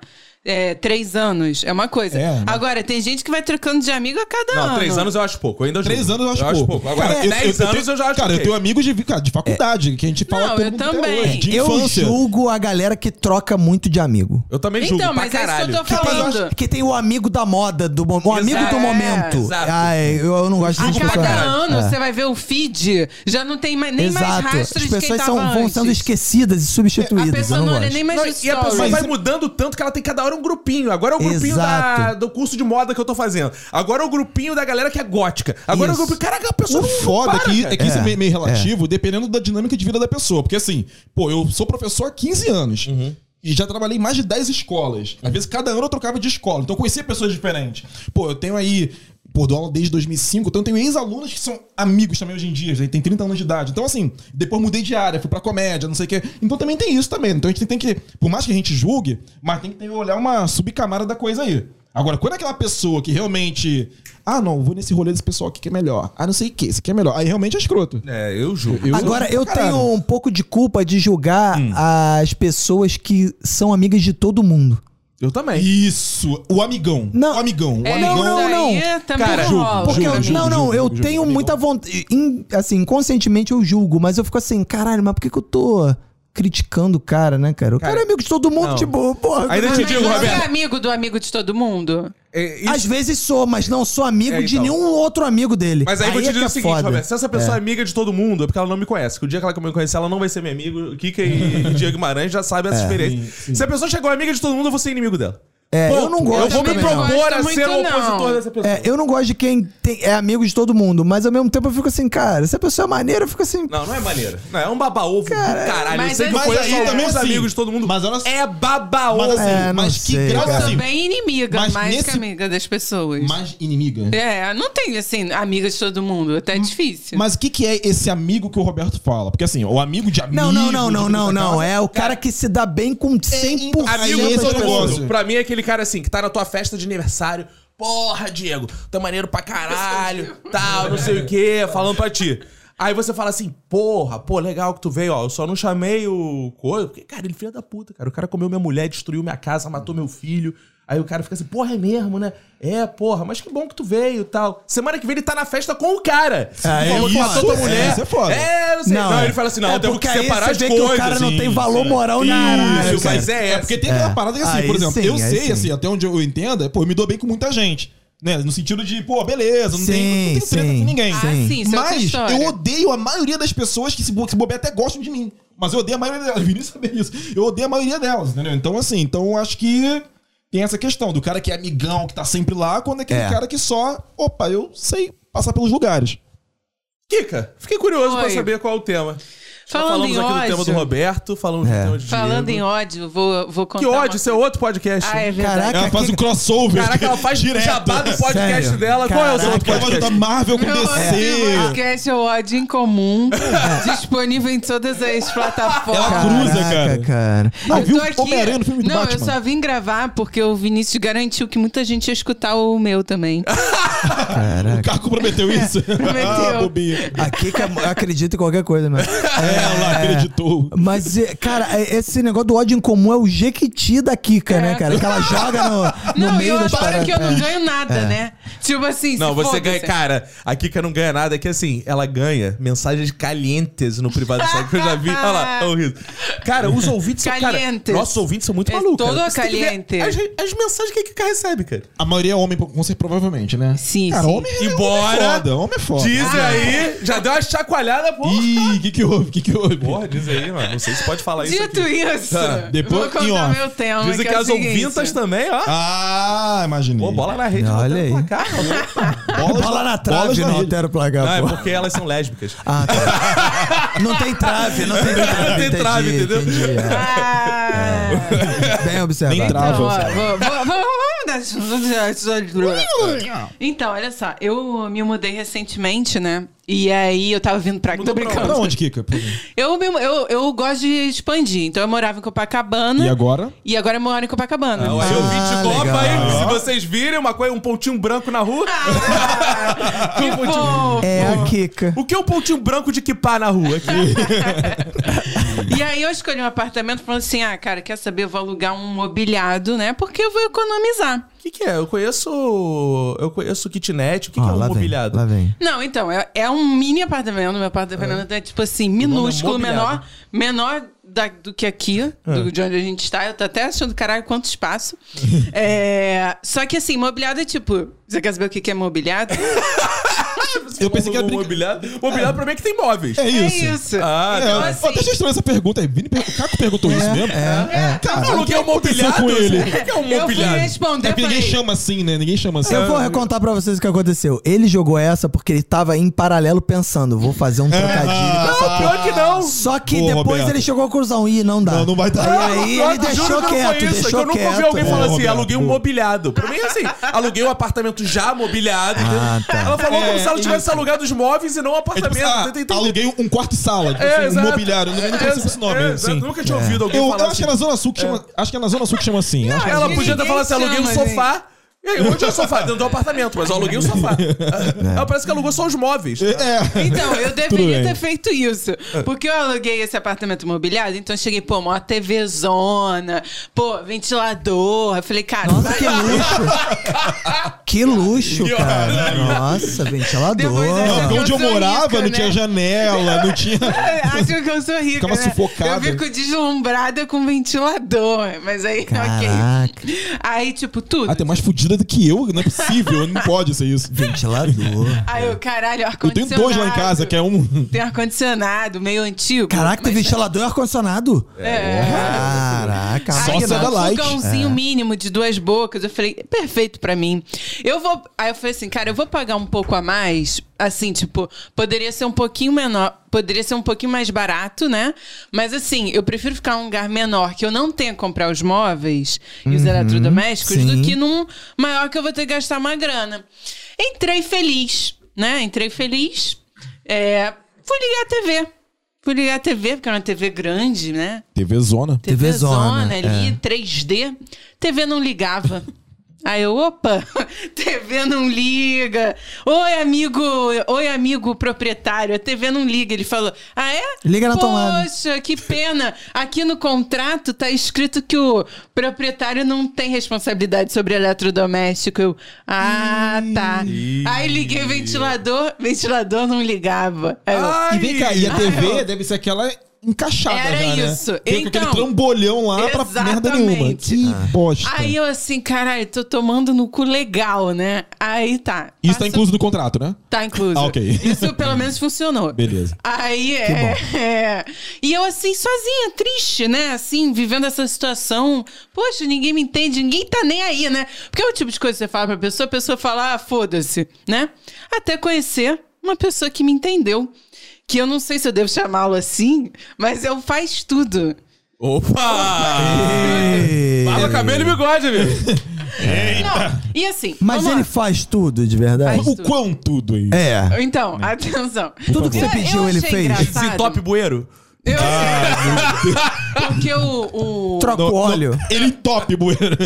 Speaker 3: é, três anos. É uma coisa.
Speaker 4: É, né?
Speaker 3: Agora, tem gente que vai trocando de amigo a cada ano.
Speaker 1: Não, três anos eu acho pouco. Eu ainda
Speaker 4: Três anos eu acho, pouco.
Speaker 1: Agora,
Speaker 4: Cara, eu-
Speaker 1: dez
Speaker 4: eu- eu
Speaker 1: anos
Speaker 4: tenho-
Speaker 1: eu já acho é.
Speaker 4: Cara, eu
Speaker 1: ok.
Speaker 4: tenho amigos de, cara, de faculdade, que a gente fala
Speaker 3: Não,
Speaker 4: todo
Speaker 3: eu
Speaker 4: mundo até
Speaker 3: também.
Speaker 4: hoje, de
Speaker 2: Eu
Speaker 4: infância.
Speaker 2: julgo a galera que troca muito de amigo.
Speaker 1: Eu também
Speaker 3: Então,
Speaker 1: julgo
Speaker 3: mas
Speaker 1: pra
Speaker 3: é isso que
Speaker 1: caralho.
Speaker 3: eu tô
Speaker 2: Que tem,
Speaker 3: falando.
Speaker 2: que tem o amigo da moda, do, mo- o amigo
Speaker 3: Exato.
Speaker 1: É,
Speaker 2: do momento.
Speaker 1: exato.
Speaker 2: Ai, eu, eu não gosto
Speaker 3: A
Speaker 2: dessas
Speaker 3: cada
Speaker 2: pessoas.
Speaker 3: ano
Speaker 2: É.
Speaker 3: você vai ver o feed, já não tem mais, nem mais
Speaker 2: Exato. As
Speaker 3: rastro de quem
Speaker 2: pessoas
Speaker 3: tava
Speaker 2: são, vão
Speaker 3: antes.
Speaker 2: sendo esquecidas e
Speaker 3: A
Speaker 2: substituídas.
Speaker 3: pessoa
Speaker 2: eu
Speaker 3: não,
Speaker 2: não,
Speaker 3: olha
Speaker 2: gosto.
Speaker 3: nem mais
Speaker 1: Não,
Speaker 3: o
Speaker 1: e a pessoa
Speaker 3: stories.
Speaker 1: vai mudando tanto que ela tem cada hora um grupinho. Agora é o grupinho da-
Speaker 2: Exato.
Speaker 1: do curso de moda que eu tô fazendo. Agora é o grupinho da galera que é gótica. Agora é
Speaker 2: Isso.
Speaker 1: o grupinho. Caraca, a pessoa
Speaker 4: O
Speaker 1: não- não
Speaker 4: foda é
Speaker 1: para,
Speaker 4: que,
Speaker 1: cara.
Speaker 4: é que isso é
Speaker 2: É,
Speaker 4: meio, meio relativo, dependendo da dinâmica de vida da pessoa. Porque assim, pô, eu sou professor há 15 anos. E já trabalhei em mais de 10 escolas. Às vezes, cada ano eu trocava de escola. Então, eu conhecia pessoas diferentes. Pô, eu tenho aí... Pô, dou aula desde 2005. Então, eu tenho ex-alunos que são amigos também hoje em dia. Já tem 30 anos de idade. Então, assim, depois mudei de área. Fui pra comédia, não sei o quê. Então, também tem isso também. Então, a gente tem que... Por mais que a gente julgue, mas tem que ter- olhar uma subcamada da coisa aí. Agora, quando aquela pessoa que realmente... Ah, não, vou nesse rolê desse pessoal aqui que é melhor. Ah, não sei o que, esse aqui é melhor. Aí, realmente, é escroto.
Speaker 1: É, eu julgo.
Speaker 4: Eu-
Speaker 2: Agora, eu
Speaker 4: Caralho.
Speaker 2: tenho um pouco de culpa de julgar
Speaker 1: Hum.
Speaker 2: as pessoas que são amigas de todo mundo.
Speaker 1: Eu também.
Speaker 4: Isso, o amigão.
Speaker 2: Não.
Speaker 4: O amigão. O
Speaker 3: É,
Speaker 4: amigão.
Speaker 2: Não, não,
Speaker 3: isso aí
Speaker 2: não.
Speaker 3: também um
Speaker 1: Cara,
Speaker 3: rola.
Speaker 4: julgo,
Speaker 2: Porque eu,
Speaker 4: julgo,
Speaker 2: não, não,
Speaker 4: julgo,
Speaker 2: eu
Speaker 4: julgo,
Speaker 2: tenho
Speaker 4: julgo.
Speaker 2: muita vontade. in- assim, inconscientemente eu julgo, mas eu fico assim, caralho, mas por que, que eu tô criticando o cara, né, cara? O cara,
Speaker 1: Cara,
Speaker 2: é amigo de todo mundo,
Speaker 1: não.
Speaker 2: tipo, porra.
Speaker 1: Ainda
Speaker 2: né?
Speaker 1: te
Speaker 3: Mas
Speaker 1: digo,
Speaker 3: você é
Speaker 1: Roberto.
Speaker 3: amigo do amigo de todo mundo?
Speaker 1: É, isso-
Speaker 2: Às vezes sou, mas não sou amigo
Speaker 1: É,
Speaker 2: de
Speaker 1: então.
Speaker 2: nenhum outro amigo dele.
Speaker 1: Mas aí, vou te
Speaker 2: é
Speaker 1: dizer o
Speaker 2: que é
Speaker 1: seguinte,
Speaker 2: foda.
Speaker 1: Roberto. Se essa pessoa é. amiga de todo mundo, é porque ela não me conhece. Que o dia que ela me conhecer, ela não vai ser minha amiga. Kika e é Diego Guimarães já sabem essa experiência. Se a pessoa chegar amiga de todo mundo, eu vou ser inimigo dela.
Speaker 2: É, eu
Speaker 1: Ponto.
Speaker 2: não gosto
Speaker 1: Eu vou me
Speaker 2: também, não.
Speaker 1: propor a
Speaker 3: Gosto
Speaker 1: ser o
Speaker 3: muito, não.
Speaker 1: opositor dessa pessoa.
Speaker 2: É, eu não gosto de quem tem- é amigo de todo mundo, mas ao mesmo tempo eu fico assim, cara, se a pessoa é maneira, eu fico assim.
Speaker 1: Não, não é maneira. Não, é um baba-ovo do caralho.
Speaker 3: mas
Speaker 1: eu sei que eu
Speaker 3: mas aí
Speaker 1: conheço
Speaker 4: também
Speaker 1: alguns
Speaker 4: é assim,
Speaker 1: amigos de todo mundo.
Speaker 4: mas olha só-
Speaker 1: É baba-ovo.
Speaker 4: Mas, assim,
Speaker 2: É, não
Speaker 4: mas que
Speaker 2: sei,
Speaker 4: grau
Speaker 2: cara.
Speaker 3: Eu
Speaker 4: assim,
Speaker 3: sou bem inimiga,
Speaker 4: mas
Speaker 3: mais
Speaker 4: nesse-
Speaker 3: que amiga das pessoas.
Speaker 4: Mais inimiga.
Speaker 3: É, não tenho, assim, amiga de todo mundo. Até é difícil.
Speaker 4: Hum, Mas o que, que é esse amigo que o Roberto fala? Porque assim, o amigo de amigo.
Speaker 2: Não, não, não, não,
Speaker 4: de
Speaker 2: não,
Speaker 4: coisa
Speaker 2: não.
Speaker 4: da
Speaker 2: É o cara que se dá bem com 100%
Speaker 1: Amigo
Speaker 4: Aí
Speaker 1: de
Speaker 4: esse é o
Speaker 1: todo mundo.
Speaker 4: negócio.
Speaker 1: Pra mim é aquele cara assim, que tá na tua festa de aniversário. Porra, Diego, tá maneiro pra caralho, tal, não sei o quê, falando pra ti. Aí você fala assim, porra, pô, legal que tu veio, ó. Eu só não chamei o coisa, porque, cara, ele é filho da puta, cara. O cara comeu minha mulher, destruiu minha casa, matou meu filho. Aí o cara fica assim, porra, é mesmo, né? É, porra, mas que bom que tu veio tal. Semana que vem ele tá na festa com o cara.
Speaker 2: Ah,
Speaker 1: Ele falou que
Speaker 2: isso,
Speaker 1: matou tua
Speaker 4: é,
Speaker 1: mulher.
Speaker 4: isso é foda.
Speaker 1: É, não sei. Não, ele fala assim, não,
Speaker 2: é
Speaker 1: eu temos
Speaker 2: porque
Speaker 1: que
Speaker 2: aí
Speaker 1: separar
Speaker 2: você
Speaker 1: as
Speaker 2: vê
Speaker 1: coisas. assim."
Speaker 2: que o cara não
Speaker 4: sim,
Speaker 2: tem valor
Speaker 4: sim.
Speaker 2: moral nenhum. né,
Speaker 1: Caralho,
Speaker 2: cara?
Speaker 1: mas é,
Speaker 4: É
Speaker 1: essa.
Speaker 4: porque tem aquela parada que assim,
Speaker 2: Aí
Speaker 4: por exemplo,
Speaker 2: sim,
Speaker 4: eu
Speaker 2: aí
Speaker 4: sei,
Speaker 2: sim.
Speaker 4: assim, até onde eu entendo, é, pô, eu me dou bem com muita gente. Né? No sentido de, pô, beleza, não tem, não tem
Speaker 2: Sim,
Speaker 4: treta
Speaker 2: sim.
Speaker 4: com ninguém.
Speaker 3: ah,
Speaker 2: sim.
Speaker 3: sim, isso é outra
Speaker 4: Mas
Speaker 3: história.
Speaker 4: eu odeio a maioria das pessoas que se, bo- se bobear até gostam de mim. Mas eu odeio a maioria delas. Vinícius saber isso. Eu odeio a maioria delas, entendeu? Então, assim, então eu acho que tem essa questão do cara que é amigão, que tá sempre lá, quando é aquele
Speaker 2: É.
Speaker 4: cara que só, opa, eu sei passar pelos lugares.
Speaker 1: Kika, fiquei curioso
Speaker 3: Oi.
Speaker 1: pra saber qual é o tema. Já
Speaker 3: Falando
Speaker 1: falamos
Speaker 3: em
Speaker 1: aqui do
Speaker 3: ódio.
Speaker 1: tema do Roberto, falamos
Speaker 2: É.
Speaker 1: do tema de
Speaker 3: Falando em
Speaker 4: né?
Speaker 1: Diego.
Speaker 3: ódio, vou, vou contar.
Speaker 1: Que
Speaker 3: uma-
Speaker 1: ódio, isso é outro podcast.
Speaker 3: Ah, é verdade.
Speaker 2: Caraca,
Speaker 4: Ela faz
Speaker 2: que-
Speaker 4: um crossover.
Speaker 1: Caraca, ela faz
Speaker 4: direto.
Speaker 1: jabá do podcast
Speaker 2: Sério? tá
Speaker 1: dela. Qual é o seu outro
Speaker 4: Ela faz da
Speaker 1: podcast?
Speaker 4: Marvel com
Speaker 3: Meu ódio
Speaker 4: DC.
Speaker 3: podcast é o ódio em comum, disponível em todas as
Speaker 4: Ela
Speaker 3: plataformas.
Speaker 4: cruza,
Speaker 2: Caraca,
Speaker 4: cara.
Speaker 2: cara.
Speaker 4: Não,
Speaker 3: Eu
Speaker 4: viu
Speaker 3: tô aqui-
Speaker 4: Homem-Aranha no filme do
Speaker 3: Não,
Speaker 4: Batman?
Speaker 3: eu só vim gravar porque o Vinícius garantiu que muita gente ia escutar o meu também.
Speaker 4: O Caco prometeu isso?
Speaker 3: É, Prometeu.
Speaker 4: ah, bobinho.
Speaker 2: A Kika acredita é, em qualquer coisa, né?
Speaker 4: É, Ela acreditou.
Speaker 2: Mas, eh, cara, eh, esse negócio do ódio em comum é o jequiti da Kika, né, cara? Que ela joga no, no
Speaker 3: É. não, e eu
Speaker 2: meio das
Speaker 3: adoro
Speaker 2: paradas.
Speaker 3: que eu
Speaker 4: é.
Speaker 3: não ganho nada, né? Tipo assim,
Speaker 1: Não,
Speaker 3: se
Speaker 1: você
Speaker 3: foda-se.
Speaker 1: ganha. Cara, a Kika não ganha nada. É que assim, ela ganha mensagens calientes no privado do site que eu já vi. Olha lá, é o riso. Cara, os ouvintes são. Cara,
Speaker 3: Calientes.
Speaker 1: nossos ouvintes são muito
Speaker 3: É
Speaker 1: malucos.
Speaker 3: todo
Speaker 1: cara. Você tem que ver
Speaker 3: caliente.
Speaker 1: As, as mensagens que a Kika recebe, cara.
Speaker 4: A maioria é homem, com certeza, provavelmente, né?
Speaker 3: Sim,
Speaker 4: Cara,
Speaker 3: sim.
Speaker 4: homem é
Speaker 1: Embora-
Speaker 4: Homem é foda, homem é foda.
Speaker 1: Diz
Speaker 3: Ah.
Speaker 1: aí, já deu uma chacoalhada, pô.
Speaker 4: Ih, o que que houve? O que que houve?
Speaker 1: Porra, diz aí, mano. Não sei se pode falar isso.
Speaker 3: Dito
Speaker 1: aqui.
Speaker 3: isso,
Speaker 1: Ah,
Speaker 4: Tá, depois
Speaker 3: vou
Speaker 4: em
Speaker 3: contar
Speaker 4: off.
Speaker 3: meu tema.
Speaker 1: Dizem
Speaker 3: que
Speaker 1: que
Speaker 3: é o
Speaker 1: as
Speaker 3: seguinte.
Speaker 1: ouvintas também, ó.
Speaker 4: Ah, imaginei.
Speaker 1: Pô, bola na rede,
Speaker 2: Olha
Speaker 1: batendo
Speaker 2: aí.
Speaker 1: placar.
Speaker 4: Bolas
Speaker 2: Bola na
Speaker 4: bolas
Speaker 2: trave, não
Speaker 4: rede.
Speaker 2: altera o
Speaker 1: Não,
Speaker 2: placar,
Speaker 1: é
Speaker 2: pô.
Speaker 1: porque elas são lésbicas.
Speaker 2: Ah, tá. Não tem trave, não tem trave.
Speaker 1: Não tem
Speaker 2: entendi,
Speaker 1: trave, entendeu?
Speaker 2: entendi, é.
Speaker 3: Ah,
Speaker 2: Bem observado.
Speaker 4: Nem trava.
Speaker 3: então, ó, vou- vou- vou- vou- Então, olha só, eu me mudei recentemente, né? E aí eu tava vindo pra cá. Tô
Speaker 1: Mudou pra
Speaker 3: brincando.
Speaker 4: Pra onde, Kika? Por-
Speaker 3: Eu, mesmo- eu, eu gosto de expandir. Então eu morava em Copacabana.
Speaker 4: E agora?
Speaker 3: E agora eu moro em Copacabana.
Speaker 1: Ah, ué,
Speaker 2: Ah,
Speaker 1: eu vim de Copa,
Speaker 2: legal.
Speaker 1: hein? Se vocês virem uma coisa, um pontinho branco na rua.
Speaker 3: que bom!
Speaker 2: É a Kika.
Speaker 1: O que é um pontinho branco de quipá na rua aqui?
Speaker 3: E aí eu escolhi um apartamento falando assim: ah, cara, quer saber? Eu vou alugar um mobiliado, né? Porque eu vou economizar.
Speaker 1: O que, que é? Eu conheço. Eu conheço kitnet. O que, que
Speaker 2: Ó,
Speaker 1: é um
Speaker 2: Ah, lá vem,
Speaker 1: mobiliado?
Speaker 2: lá vem.
Speaker 3: Não, então, é, é um mini apartamento. Meu apartamento é, tipo assim, minúsculo, menor,
Speaker 1: mobiliado.
Speaker 3: menor da- do que aqui,
Speaker 4: É.
Speaker 3: do, de onde a gente está. Eu tô até achando, caralho, quanto espaço. É, só que assim, mobiliado é tipo. Você quer saber o que que é mobiliado?
Speaker 4: Eu pensei que era brinca-
Speaker 1: mobiliado. Mobiliado pra mim é que tem móveis.
Speaker 4: É isso.
Speaker 3: É isso.
Speaker 1: Ah,
Speaker 4: É,
Speaker 3: então,
Speaker 4: ó,
Speaker 3: assim,
Speaker 4: até achei estranha essa pergunta aí. Vini per- O Caco perguntou isso mesmo?
Speaker 2: É, é.
Speaker 1: Eu
Speaker 4: Cara,
Speaker 1: aluguei um mobiliado.
Speaker 4: com ele?
Speaker 1: O que é um
Speaker 3: eu fui
Speaker 1: mobiliado?
Speaker 3: responder.
Speaker 4: É porque ninguém
Speaker 3: falei,
Speaker 4: chama assim, né? Ninguém chama assim.
Speaker 2: Eu vou contar pra vocês o que aconteceu. Ele jogou essa porque ele tava em paralelo pensando, vou fazer um trocadilho.
Speaker 1: Não, pior que não.
Speaker 2: Só que
Speaker 4: Boa,
Speaker 2: depois
Speaker 4: Roberto.
Speaker 2: ele chegou à conclusão, ih, não dá.
Speaker 4: Não, não vai dar.
Speaker 2: E aí
Speaker 1: Pior
Speaker 2: ele
Speaker 1: que eu juro
Speaker 2: deixou
Speaker 1: que não foi
Speaker 2: quieto,
Speaker 1: isso, é que
Speaker 2: deixou
Speaker 1: eu nunca
Speaker 2: quieto.
Speaker 1: ouvi alguém
Speaker 4: Boa,
Speaker 1: falar assim,
Speaker 4: Roberto,
Speaker 1: aluguei um
Speaker 4: boa.
Speaker 1: mobiliado. Pra mim é assim, aluguei um apartamento já mobiliado.
Speaker 2: Ah, tá.
Speaker 1: Ela falou como
Speaker 4: É,
Speaker 1: se ela tivesse alugado os móveis e não o
Speaker 4: É tipo,
Speaker 1: apartamento.
Speaker 4: ah,
Speaker 1: Tenta entender.
Speaker 4: aluguei um quarto e sala, tipo,
Speaker 1: É,
Speaker 4: assim, um
Speaker 1: exato.
Speaker 4: mobiliário. Não, não conheço
Speaker 1: Exa-
Speaker 4: esse nome,
Speaker 1: é,
Speaker 4: assim.
Speaker 1: exato. Nunca tinha ouvido alguém
Speaker 4: Eu, eu
Speaker 1: falar
Speaker 4: acho
Speaker 1: assim.
Speaker 4: que é na Zona Sul que chama. Acho que é na Zona Sul que chama assim. Acho que é na
Speaker 1: Ela
Speaker 4: Zona
Speaker 1: podia ter
Speaker 3: Ninguém
Speaker 1: falado assim, aluguei um
Speaker 2: né?
Speaker 3: chama, gente.
Speaker 1: sofá. E aí, onde é o sofá? Dentro do apartamento, mas eu aluguei o sofá.
Speaker 4: É.
Speaker 1: Ela parece que alugou só os móveis.
Speaker 4: Sul. É.
Speaker 3: Então, eu
Speaker 4: bem. É.
Speaker 3: deveria ter feito isso. Porque eu aluguei esse apartamento mobiliado, então eu cheguei, pô, uma TV zona, pô, ventilador. Eu falei, cara,
Speaker 2: Nossa,
Speaker 3: vai-
Speaker 2: que luxo. que luxo,
Speaker 1: Que
Speaker 2: cara.
Speaker 1: horror.
Speaker 2: Nossa, ventilador.
Speaker 3: Depois
Speaker 4: Não,
Speaker 3: essa-
Speaker 4: porque onde eu
Speaker 3: Eu sou
Speaker 4: morava
Speaker 3: rica,
Speaker 4: não
Speaker 3: né? É.
Speaker 4: tinha janela, não tinha.
Speaker 3: Acho que eu sou rica.
Speaker 4: Ficava
Speaker 3: né?
Speaker 4: sufocada.
Speaker 3: Eu fico deslumbrada com ventilador. Mas aí,
Speaker 2: Caraca.
Speaker 3: ok. Aí, tipo, tudo.
Speaker 4: Ah, tem mais fudida do que eu? Não é possível, não pode ser isso.
Speaker 2: Ventilador.
Speaker 3: Aí eu, caralho,
Speaker 4: Eu tenho
Speaker 3: ar-condicionado.
Speaker 4: dois lá em casa, que é um.
Speaker 3: Tem ar-condicionado, meio antigo.
Speaker 2: Caraca, tem ventilador e ar-condicionado?
Speaker 3: É.
Speaker 2: Caraca,
Speaker 4: Só
Speaker 2: que
Speaker 4: se
Speaker 2: nada.
Speaker 4: ela-
Speaker 3: um
Speaker 4: light.
Speaker 3: fogãozinho mínimo de duas bocas. Eu falei, perfeito pra mim. Eu vou. Aí eu falei assim, cara, eu vou pagar um pouco a mais. Assim, tipo, poderia ser um pouquinho menor. Poderia ser um pouquinho mais barato, né? Mas assim, eu prefiro ficar em um lugar menor que eu não tenha que comprar os móveis e os eletrodomésticos
Speaker 2: sim.
Speaker 3: do que num maior que eu vou ter que gastar uma grana. Entrei feliz, né? Entrei feliz. É, fui ligar a TV. Fui ligar a TV, porque era uma TV grande, né?
Speaker 4: TV Zona.
Speaker 2: TV zona, é.
Speaker 3: ali, 3D. TV não ligava. Aí eu, opa, TV não liga. Oi, amigo, oi, amigo proprietário, a TV não liga. Ele falou, ah, é?
Speaker 2: Liga na
Speaker 3: Poxa,
Speaker 2: tomada.
Speaker 3: Poxa, que pena. Aqui no contrato tá escrito que o proprietário não tem responsabilidade sobre eletrodoméstico. Eu, ah, tá. Aí liguei o ventilador, ventilador não ligava. Aí
Speaker 2: Ah,
Speaker 3: eu,
Speaker 1: Ai,
Speaker 4: E vem cá, e a TV deve ser aquela encaixada
Speaker 3: Era
Speaker 4: já, né?
Speaker 3: isso.
Speaker 4: Tem aquele
Speaker 3: Então-
Speaker 4: trambolhão lá pra merda nenhuma.
Speaker 3: Exatamente.
Speaker 4: Que bosta.
Speaker 3: Aí eu assim, caralho, tô tomando no cu legal, né? Aí tá.
Speaker 4: Isso tá
Speaker 3: Passo-
Speaker 4: incluso no contrato, né?
Speaker 3: Tá incluso.
Speaker 4: Ah, ok.
Speaker 3: Isso pelo menos funcionou.
Speaker 4: Beleza.
Speaker 3: Aí é, é. E eu assim, sozinha, triste, né? Assim, vivendo essa situação. Poxa, ninguém me entende, ninguém tá nem aí, né? Porque é o tipo de coisa que você fala pra pessoa, a pessoa fala, ah, foda-se, né? Até conhecer uma pessoa que me entendeu. Que eu não sei se eu devo chamá-lo assim, mas eu faz tudo.
Speaker 4: Ah,
Speaker 1: Opa!
Speaker 2: Ei.
Speaker 1: Barba, cabelo Ah, e bigode, amigo.
Speaker 3: Não, e assim.
Speaker 2: Mas
Speaker 3: vamos
Speaker 2: ele
Speaker 3: lá.
Speaker 2: faz tudo, de verdade?
Speaker 4: O quão tudo aí?
Speaker 2: É.
Speaker 3: Então, atenção.
Speaker 2: Tudo que você
Speaker 3: Eu-
Speaker 2: pediu,
Speaker 3: eu
Speaker 2: ele
Speaker 3: achei
Speaker 2: fez? Ah,
Speaker 3: engraçado.
Speaker 1: Esse top bueiro.
Speaker 3: Eu Porque o, o,
Speaker 2: Troca o óleo.
Speaker 4: Ele top, Bueira.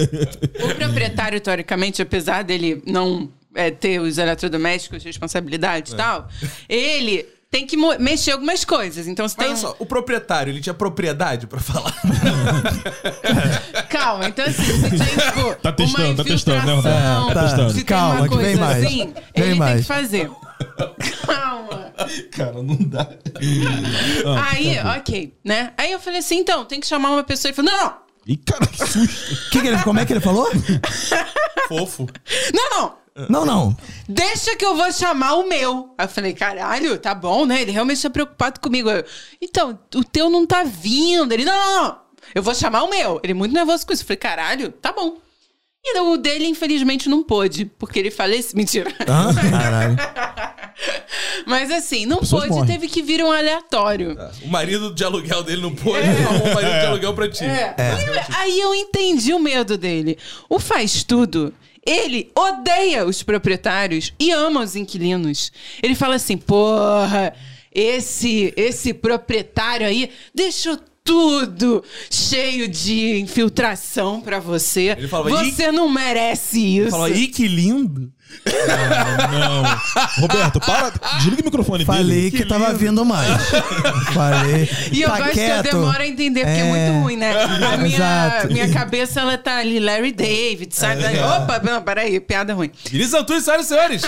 Speaker 3: o proprietário, teoricamente, apesar dele não é, ter os eletrodomésticos,
Speaker 2: É.
Speaker 3: responsabilidades e tal, ele tem que mo- mexer algumas coisas. Então você
Speaker 1: Mas
Speaker 2: um
Speaker 3: tem.
Speaker 1: olha só, o proprietário, ele tinha propriedade pra falar.
Speaker 3: Calma, então assim, você tem tipo,
Speaker 4: Tá testando,
Speaker 3: uma
Speaker 4: tá testando, né?
Speaker 3: infiltração,
Speaker 4: É, tá
Speaker 3: se
Speaker 4: testando.
Speaker 3: tem
Speaker 2: Calma,
Speaker 3: uma
Speaker 2: que vem
Speaker 3: coisa
Speaker 2: mais.
Speaker 3: assim,
Speaker 2: Vem
Speaker 3: ele tem
Speaker 2: mais.
Speaker 3: que fazer. Calma.
Speaker 4: Cara, não dá. Ah, tá
Speaker 3: Aí, ok, né? Aí eu falei assim, então, tem que chamar uma pessoa. Ele falou, não, não,
Speaker 4: Ih, cara, que susto.
Speaker 2: Que que ele, como é que ele falou?
Speaker 1: Fofo.
Speaker 3: não, não.
Speaker 2: Não, não.
Speaker 3: Deixa que eu vou chamar o meu. Aí eu falei, caralho, tá bom, né? Ele realmente tá preocupado comigo. Aí eu, então, o teu não tá vindo. Ele, não, não, não. Eu vou chamar o meu. Ele muito nervoso com isso. Eu falei, caralho, tá bom. E o dele, infelizmente, não pôde, porque ele faleceu. Mentira.
Speaker 2: Hã? Caralho.
Speaker 3: Mas assim, não
Speaker 4: pessoas
Speaker 3: pôde,
Speaker 4: morrem.
Speaker 3: teve que vir um aleatório.
Speaker 1: O marido de aluguel dele não pôde, ele arrumou o É.
Speaker 2: É.
Speaker 1: marido de aluguel pra ti.
Speaker 3: É. Aí eu entendi o medo dele. O faz tudo, Ele odeia os proprietários e ama os inquilinos. Ele fala assim: porra, esse, esse proprietário aí deixou tudo cheio de infiltração pra você.
Speaker 1: Ele falava,
Speaker 3: você não merece isso.
Speaker 1: Falou, ih, que lindo.
Speaker 4: Não. Roberto, para. Desliga o microfone
Speaker 2: Falei
Speaker 4: dele.
Speaker 2: que, tava vindo mais. Falei.
Speaker 3: E eu
Speaker 2: Tá
Speaker 3: gosto
Speaker 2: quieto.
Speaker 3: que eu demoro a entender, porque é,
Speaker 2: É.
Speaker 3: muito ruim, né? A minha,
Speaker 2: Exato.
Speaker 3: minha cabeça, ela tá ali, Larry David, sabe? Aí, Opa, não, peraí, piada ruim.
Speaker 1: Vinícius Antunes, senhoras e senhores.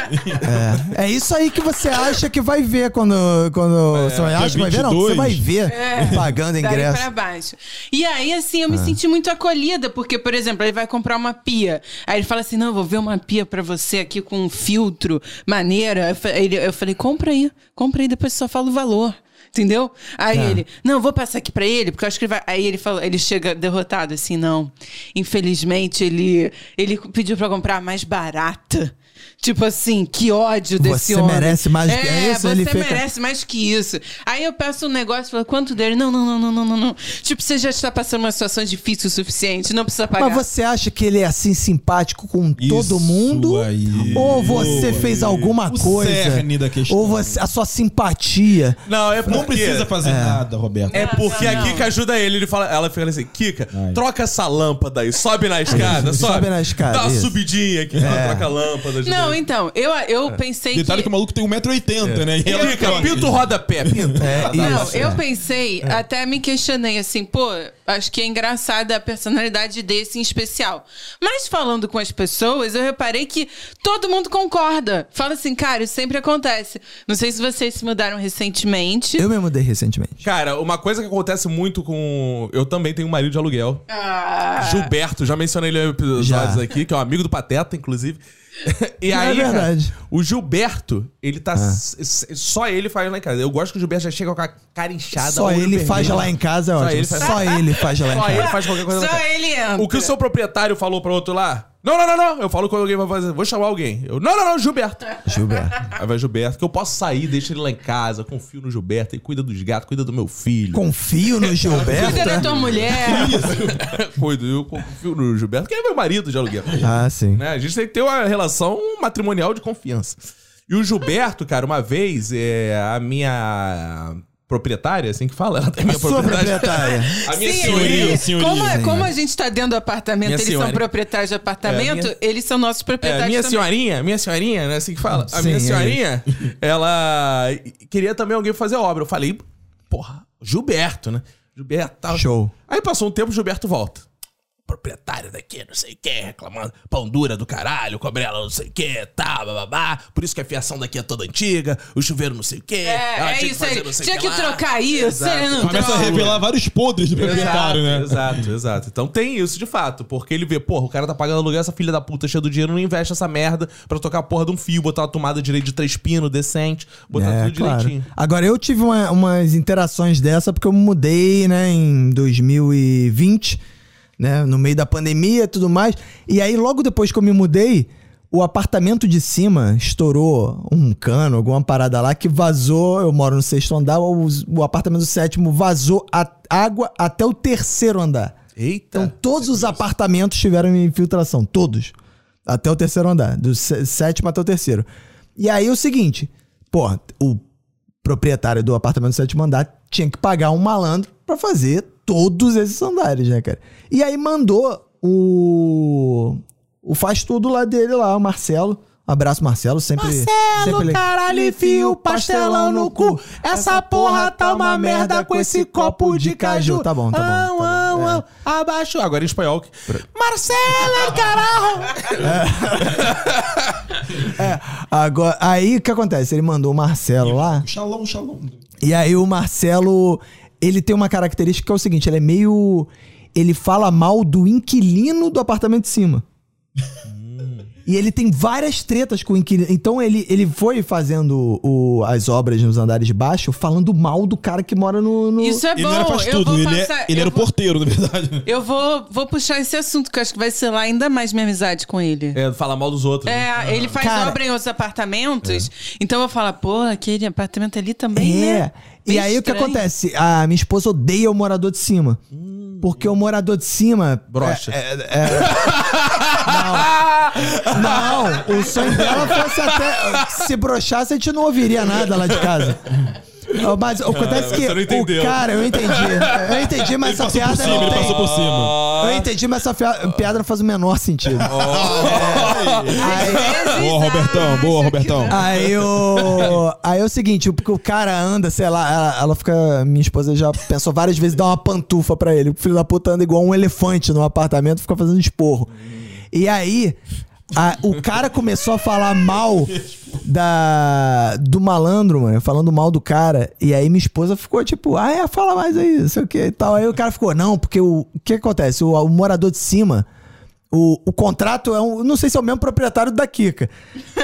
Speaker 2: É. É isso aí que você acha que vai ver quando. quando você vai,
Speaker 4: É, dia
Speaker 2: acha que vai ver? Não, você
Speaker 4: 22.
Speaker 2: vai ver pagando
Speaker 3: Daí
Speaker 2: ingresso. Ah.
Speaker 3: pra baixo. E aí, assim, eu me senti muito acolhida, porque, por exemplo, ele vai comprar uma pia. Aí ele fala assim: não, eu vou ver uma pia pra você aqui com um filtro maneiro. Eu, fa- ele- eu falei: compra aí, compra aí, depois só fala o valor. Entendeu? Aí
Speaker 2: Tá.
Speaker 3: ele, não, eu vou passar aqui pra ele, porque eu acho que ele vai. Aí ele fala, ele chega derrotado assim, não. Infelizmente, ele, ele pediu pra comprar a mais barata. Tipo assim, que ódio desse
Speaker 2: Você
Speaker 3: homem.
Speaker 2: merece mais que
Speaker 3: é,
Speaker 2: isso,
Speaker 3: Você
Speaker 2: ele fica-
Speaker 3: merece merece mais que isso. Aí eu peço um negócio e falo, quanto dele? Não, não, não, não, não, não, não. Tipo, você já está passando uma situação difícil o suficiente, não precisa pagar.
Speaker 2: Mas você acha que ele é assim simpático com
Speaker 4: Isso
Speaker 2: todo mundo?
Speaker 4: aí.
Speaker 2: Ou você fez alguma
Speaker 4: O
Speaker 2: coisa?
Speaker 4: cerne da questão.
Speaker 2: Ou você, a sua simpatia?
Speaker 1: Não, é porque...
Speaker 4: Não precisa fazer nada, Roberto.
Speaker 1: É porque
Speaker 3: não,
Speaker 1: a
Speaker 3: não.
Speaker 1: Kika ajuda ele. ele fala, ela fica assim, Kika,
Speaker 4: Ai.
Speaker 1: troca essa lâmpada aí, sobe na escada, sobe.
Speaker 2: Sobe na escada,
Speaker 1: Dá uma
Speaker 2: isso.
Speaker 1: subidinha aqui, ela troca a lâmpada. ajuda
Speaker 3: Não,
Speaker 1: ele.
Speaker 3: então, eu, eu pensei
Speaker 4: Detalhe que
Speaker 3: que...
Speaker 4: o maluco tem 1,80m,
Speaker 3: então,
Speaker 4: né? E ela-
Speaker 1: Kika, pinta o rodapé, pinta.
Speaker 2: É,
Speaker 3: Não,
Speaker 2: isso.
Speaker 3: eu pensei, até me questionei assim, pô, acho que é engraçada a personalidade desse em especial. Mas falando com as pessoas, eu reparei que todo mundo concorda. Fala assim, cara, isso sempre acontece. Não sei se vocês se mudaram recentemente.
Speaker 2: Eu me mudei recentemente.
Speaker 1: Cara, uma coisa que acontece muito com... Eu também tenho um marido de aluguel.
Speaker 3: Ah.
Speaker 1: Gilberto, já mencionei ele em episódios
Speaker 2: Já.
Speaker 1: aqui, que é um amigo do Pateta, inclusive. E
Speaker 2: É
Speaker 1: aí, cara,
Speaker 2: verdade. Ah.
Speaker 1: o Gilberto, ele tá. s- s- Só ele faz lá em casa. Eu gosto que o Gilberto já chega com a cara inchada.
Speaker 2: Só
Speaker 1: olho
Speaker 2: ele faz
Speaker 1: vermelho.
Speaker 2: lá em casa, é
Speaker 1: um Só
Speaker 2: ótimo.
Speaker 1: ele faz-
Speaker 2: Só ele faz lá em
Speaker 1: Só
Speaker 2: casa.
Speaker 1: ele faz qualquer coisa lá em
Speaker 3: Só
Speaker 1: casa.
Speaker 3: ele entra.
Speaker 1: O que o seu proprietário falou pro outro lá? Não, não, não, não. Eu falo quando alguém vai fazer. Vou chamar alguém. Eu, não, não, não, Gilberto.
Speaker 2: Gilberto.
Speaker 1: Aí vai Gilberto, que eu posso sair, deixa ele lá em casa, confio no Gilberto, ele cuida dos gatos, cuida do meu filho.
Speaker 2: Confio no Gilberto.
Speaker 3: Cuida da
Speaker 2: né?
Speaker 3: tua mulher.
Speaker 1: Cuido, eu confio no Gilberto, que é meu marido de aluguel.
Speaker 2: Ah, sim.
Speaker 1: né? A gente tem que ter uma relação matrimonial de confiança. E o Gilberto, cara, uma vez, é, a minha proprietária, assim que fala, ela tem minha
Speaker 2: A sua proprietária.
Speaker 1: A minha
Speaker 3: Sim,
Speaker 1: senhoria.
Speaker 3: ele-
Speaker 4: senhoria,
Speaker 3: Como,
Speaker 4: senhoria.
Speaker 3: como a gente está dentro do apartamento,
Speaker 1: Minha
Speaker 3: eles
Speaker 1: senhora.
Speaker 3: são proprietários de apartamento,
Speaker 1: É, minha-
Speaker 3: eles são nossos
Speaker 1: É,
Speaker 3: proprietários
Speaker 1: minha
Speaker 3: também.
Speaker 1: senhorinha, minha senhorinha, né? Assim que fala. a
Speaker 2: Sim,
Speaker 1: minha
Speaker 2: é.
Speaker 1: senhorinha, ela queria também alguém fazer obra. Eu falei, porra, Gilberto, né? Gilberto tal.
Speaker 2: Show.
Speaker 1: Aí passou um tempo, o Gilberto volta. Proprietário daqui, não sei o que, reclamando. Pão dura do caralho, cobrela não sei o que, tá, bababá. Por isso que a fiação daqui é toda antiga, o chuveiro não sei o Ah, que.
Speaker 3: É, é isso aí. Tinha que, trocar isso,
Speaker 1: Exato.
Speaker 3: ele não
Speaker 4: Começa a
Speaker 3: troca.
Speaker 4: revelar vários podres do proprietário, né?
Speaker 1: Exato, exato. Então tem isso de fato, porque ele vê, porra, o cara tá pagando aluguel, essa filha da puta cheia do dinheiro, não investe essa merda pra tocar a porra de um fio, botar uma tomada direito de três pinos, decente, botar
Speaker 2: É,
Speaker 1: tudo
Speaker 2: claro.
Speaker 1: direitinho.
Speaker 2: Agora, eu tive uma- umas interações dessa porque eu mudei, né, em 2020, né, no meio da pandemia e tudo mais. E aí, logo depois que eu me mudei, o apartamento de cima estourou um cano, alguma parada lá, que vazou. Eu moro no sexto andar, o, o apartamento do sétimo vazou a água até o terceiro andar.
Speaker 1: Eita.
Speaker 2: Então, todos os apartamentos tiveram infiltração, todos. Até o terceiro andar, do sé- sétimo até o terceiro. E aí é o seguinte, porra, o proprietário do apartamento do sétimo andar tinha que pagar um malandro pra fazer todos esses andares, né, cara? E aí mandou o o faz tudo lá dele lá, o Marcelo. Abraço, Marcelo, sempre sempre ele-
Speaker 1: caralho, enfia o pastelão no cu. Essa porra tá uma merda com esse copo de caju.
Speaker 2: Tá bom, tá bom. tá
Speaker 1: Ão,
Speaker 2: bom.
Speaker 1: ão, ão, Abaixo. Agora em espanhol. que- Marcela, caralho!
Speaker 2: Agora, aí o que acontece? Ele mandou o Marcelo lá.
Speaker 4: Shalom, shalom.
Speaker 2: E aí o Marcelo, ele tem uma característica que é o seguinte, ele é meio ele fala mal do inquilino do apartamento de cima. E ele tem várias tretas com o inquilino. Então ele, ele foi fazendo o- as obras nos andares de baixo, falando mal do cara que mora no. no-
Speaker 3: Isso é
Speaker 4: Ele
Speaker 3: bom.
Speaker 4: não era faz
Speaker 3: eu vou
Speaker 4: tudo, ele, é-
Speaker 3: passar-
Speaker 4: ele
Speaker 3: eu
Speaker 4: era o
Speaker 3: vou-
Speaker 4: porteiro, na verdade.
Speaker 3: Eu vou, vou puxar esse assunto, que eu acho que vai selar ainda mais minha amizade com ele.
Speaker 1: É, fala mal dos outros. né?
Speaker 3: É, ele faz
Speaker 2: Cara-
Speaker 3: obra em outros apartamentos, então eu vou falar, pô, aquele apartamento ali também,
Speaker 2: É.
Speaker 3: né?
Speaker 2: E
Speaker 3: Bem
Speaker 2: aí o que
Speaker 3: estranho.
Speaker 2: acontece? A minha esposa odeia o morador de cima. Porque o morador de cima.
Speaker 1: Brocha.
Speaker 2: É, é, é- Não. Não, o sonho dela fosse até. Se brochasse, a gente não ouviria nada lá de casa. Ó, Mas acontece
Speaker 5: Ah,
Speaker 2: que.
Speaker 5: você não entendeu.
Speaker 2: O cara, eu entendi. Eu entendi, mas essa piada
Speaker 5: Por cima,
Speaker 2: não
Speaker 5: ele
Speaker 2: tem.
Speaker 5: passou por cima.
Speaker 2: Eu entendi, mas essa fia- piada não faz o menor sentido. É. Aí,
Speaker 4: Boa, Robertão, boa, Robertão.
Speaker 2: aí o. Aí é o seguinte, porque o cara anda, sei lá, ela, ela fica. Minha esposa já pensou várias vezes em dar uma pantufa pra ele. O filho da puta anda igual um elefante no apartamento, fica fazendo esporro. E aí. a- o cara começou a falar mal da, do malandro, mano. Falando mal do cara. E aí minha esposa ficou tipo, ah, é, fala mais aí, não sei o que e tal. Aí o cara ficou, não, porque o, o que acontece? O- o morador de cima, o, o contrato é um. Não sei se é o mesmo proprietário da Kika.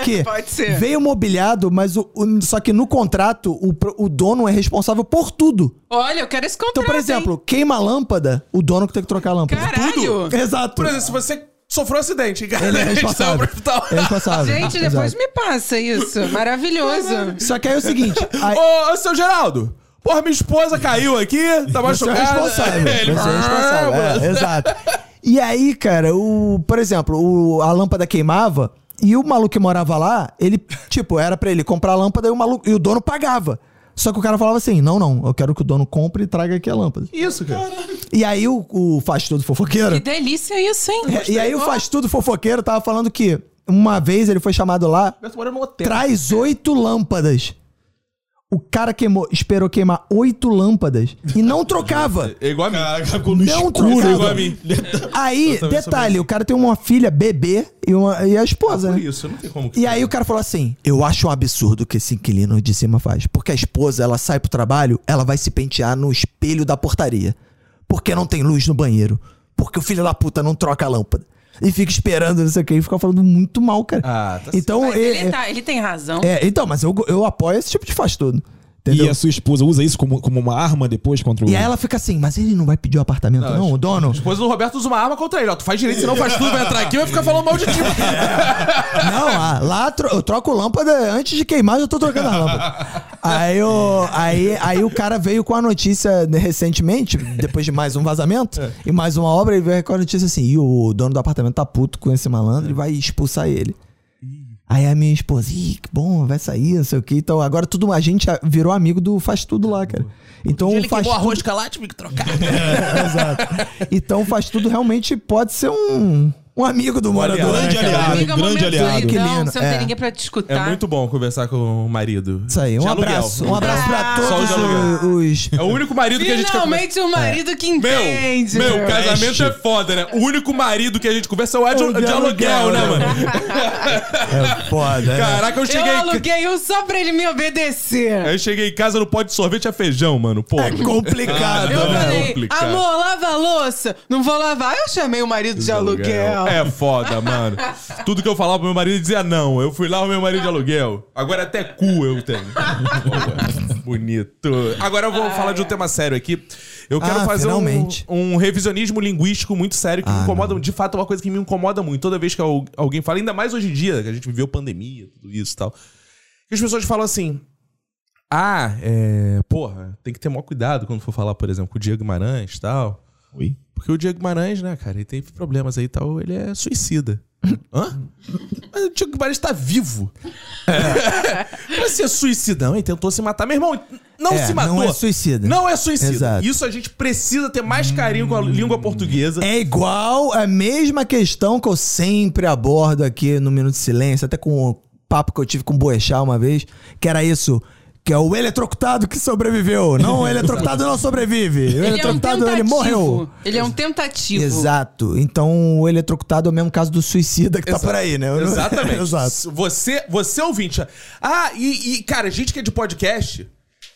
Speaker 2: Que
Speaker 3: Pode ser.
Speaker 2: Veio mobiliado, mas o, o- só que no contrato o, pro- o dono é responsável por tudo.
Speaker 3: Olha, eu quero esse contrato.
Speaker 2: Então, por exemplo, queima a lâmpada, o dono que tem que trocar a lâmpada.
Speaker 3: Caralho!
Speaker 2: Tudo. Exato.
Speaker 1: Por exemplo, se você sofreu um acidente, cara,
Speaker 2: Ele é
Speaker 1: está no
Speaker 2: responsável.
Speaker 1: hospital.
Speaker 2: Ele é responsável.
Speaker 3: hein? Gente, depois
Speaker 2: Exato.
Speaker 3: me passa isso. Maravilhoso.
Speaker 2: Só que aí é o seguinte. aí-
Speaker 1: Ô, ô, seu Geraldo, porra, minha esposa caiu aqui, tá
Speaker 2: Você é
Speaker 1: machucada.
Speaker 2: responsável.
Speaker 1: Ele- "Ah,
Speaker 2: Você é responsável. é, exato. E aí, cara, o, por exemplo, o- a lâmpada queimava e o maluco que morava lá, ele, tipo, era pra ele comprar a lâmpada e o maluco e o dono pagava. Só que o cara falava assim: "Não, não, eu quero que o dono compre e traga aqui a lâmpada".
Speaker 1: Isso, cara.
Speaker 2: E aí o, o faz tudo fofoqueiro. é,
Speaker 3: Que delícia isso, hein?
Speaker 2: E aí o
Speaker 3: Ó,
Speaker 2: faz tudo fofoqueiro tava falando que uma vez ele foi chamado lá
Speaker 1: Roberto é mora no hotel.
Speaker 2: traz oito lâmpadas. O cara queimou, esperou queimar oito lâmpadas e não trocava.
Speaker 5: É igual a mim.
Speaker 4: Caraca, ficou no
Speaker 2: Não
Speaker 4: escuro.
Speaker 2: trocava.
Speaker 5: igual a mim. também
Speaker 2: Aí,
Speaker 5: sou
Speaker 2: detalhe, o cara tem uma filha bebê e, uma, e a esposa,
Speaker 5: Por
Speaker 2: né?
Speaker 5: isso, não tem como.
Speaker 2: E aí o cara falou assim: Eu acho um absurdo o que esse inquilino de cima faz. Porque a esposa, ela sai pro trabalho, ela vai se pentear no espelho da portaria. Porque não tem luz no banheiro. Porque o filho da puta não troca a lâmpada. E fica esperando, não sei o que, e fica falando muito mal, cara.
Speaker 1: Ah, tá
Speaker 2: então,
Speaker 3: Mas
Speaker 2: é,
Speaker 3: ele, tá- ele tem razão.
Speaker 2: é, então, mas eu, eu apoio esse tipo de faz tudo. Entendeu?
Speaker 4: E a sua esposa usa isso como, como uma arma depois contra o.
Speaker 2: E aí ela fica assim, mas ele não vai pedir o apartamento, não, o dono?
Speaker 1: A esposa do Roberto usa uma arma contra ele. Ó, tu faz direito, senão faz tudo, vai entrar aqui e vai ficar falando mal de ti.
Speaker 2: É, Não, ah, lá tro- eu troco lâmpada antes de queimar, eu já tô trocando a lâmpada. Aí o, aí, aí o cara veio com a notícia né, recentemente, depois de mais um vazamento e mais uma obra, ele veio com a notícia assim: e o dono do apartamento tá puto com esse malandro e vai expulsar ele. Aí a minha esposa, ih, que bom, vai sair, não sei o que. Então agora tudo, a gente virou amigo do faz tudo lá, cara. Então
Speaker 1: Ele
Speaker 2: faz
Speaker 1: queimou arroz de lá, tive que trocar.
Speaker 2: Exato. Então faz tudo realmente pode ser um, um amigo do morador.
Speaker 4: grande
Speaker 2: né, cara?
Speaker 4: aliado,
Speaker 3: Amigo, é um
Speaker 4: grande
Speaker 3: momento
Speaker 4: aliado.
Speaker 3: de solidão,
Speaker 2: Inquilino,
Speaker 3: Você não tem
Speaker 2: é.
Speaker 3: ninguém pra
Speaker 1: É
Speaker 3: discutar.
Speaker 1: muito bom conversar com o marido.
Speaker 2: Isso aí,
Speaker 1: De
Speaker 2: um
Speaker 1: aluguel.
Speaker 2: abraço. Um abraço pra
Speaker 3: Só
Speaker 1: de aluguel.
Speaker 2: todos os. os-
Speaker 1: É o único marido que a gente quer conversar.
Speaker 3: Finalmente o marido que entende.
Speaker 1: É. Meu, meu, casamento é foda, né? O único marido que a gente conversa é o Ed
Speaker 2: O
Speaker 1: de, aluguel, né, mano?
Speaker 2: É foda, né?
Speaker 1: Caraca, eu cheguei.
Speaker 3: Eu aluguei um só pra ele me obedecer.
Speaker 1: Aí eu cheguei em casa no pote de sorvete a feijão, mano. Pô.
Speaker 2: É complicado,
Speaker 3: Eu
Speaker 1: não,
Speaker 2: né?
Speaker 1: é
Speaker 3: falei,
Speaker 1: complicado.
Speaker 3: amor, lava a louça. Não vou lavar. Eu chamei o marido de aluguel.
Speaker 1: É foda, mano. Tudo que eu falava pro meu marido ele dizia não. Eu fui lá o meu marido de aluguel. Agora até cu eu tenho. Bonito. Agora eu vou falar de um tema sério aqui. Eu quero
Speaker 2: Ah,
Speaker 1: fazer um-
Speaker 2: finalmente.
Speaker 1: Um, revisionismo linguístico muito sério
Speaker 2: Ah,
Speaker 1: que me incomoda. De fato, é uma coisa que me incomoda muito. Toda vez que al- alguém fala, ainda mais hoje em dia, que a gente viveu pandemia, tudo isso e tal. Que as pessoas falam assim. Ah, é. Porra, tem que ter maior cuidado quando for falar, por exemplo, com o Diego Guimarães e tal.
Speaker 4: Oi?
Speaker 1: Porque o Diego Guimarães, né, cara, ele tem problemas aí e tal, ele é suicida. Hã? Mas o Diego Guimarães tá vivo. Mas se é suicidão, ele tentou se matar. Meu irmão, não
Speaker 2: É,
Speaker 1: se matou.
Speaker 2: não é suicida.
Speaker 1: Não é suicida.
Speaker 2: Exato. Hum.
Speaker 1: Isso a gente precisa ter mais carinho com a língua portuguesa.
Speaker 2: É igual a mesma questão que eu sempre abordo aqui no Minuto de Silêncio, até com o papo que eu tive com o Boechat uma vez, que era isso. Que é o eletrocutado que sobreviveu. Não, o eletrocutado não sobrevive. O
Speaker 3: Ele é um
Speaker 2: eletrocutado,
Speaker 3: tentativo.
Speaker 2: ele morreu.
Speaker 3: Ele é um tentativo.
Speaker 2: Exato. Então, o eletrocutado é o mesmo caso do suicida que tá por aí, né? Eu não-
Speaker 1: Exatamente.
Speaker 2: Exato.
Speaker 1: Você, você é ouvinte. Ah, e, e, cara, gente que é de podcast.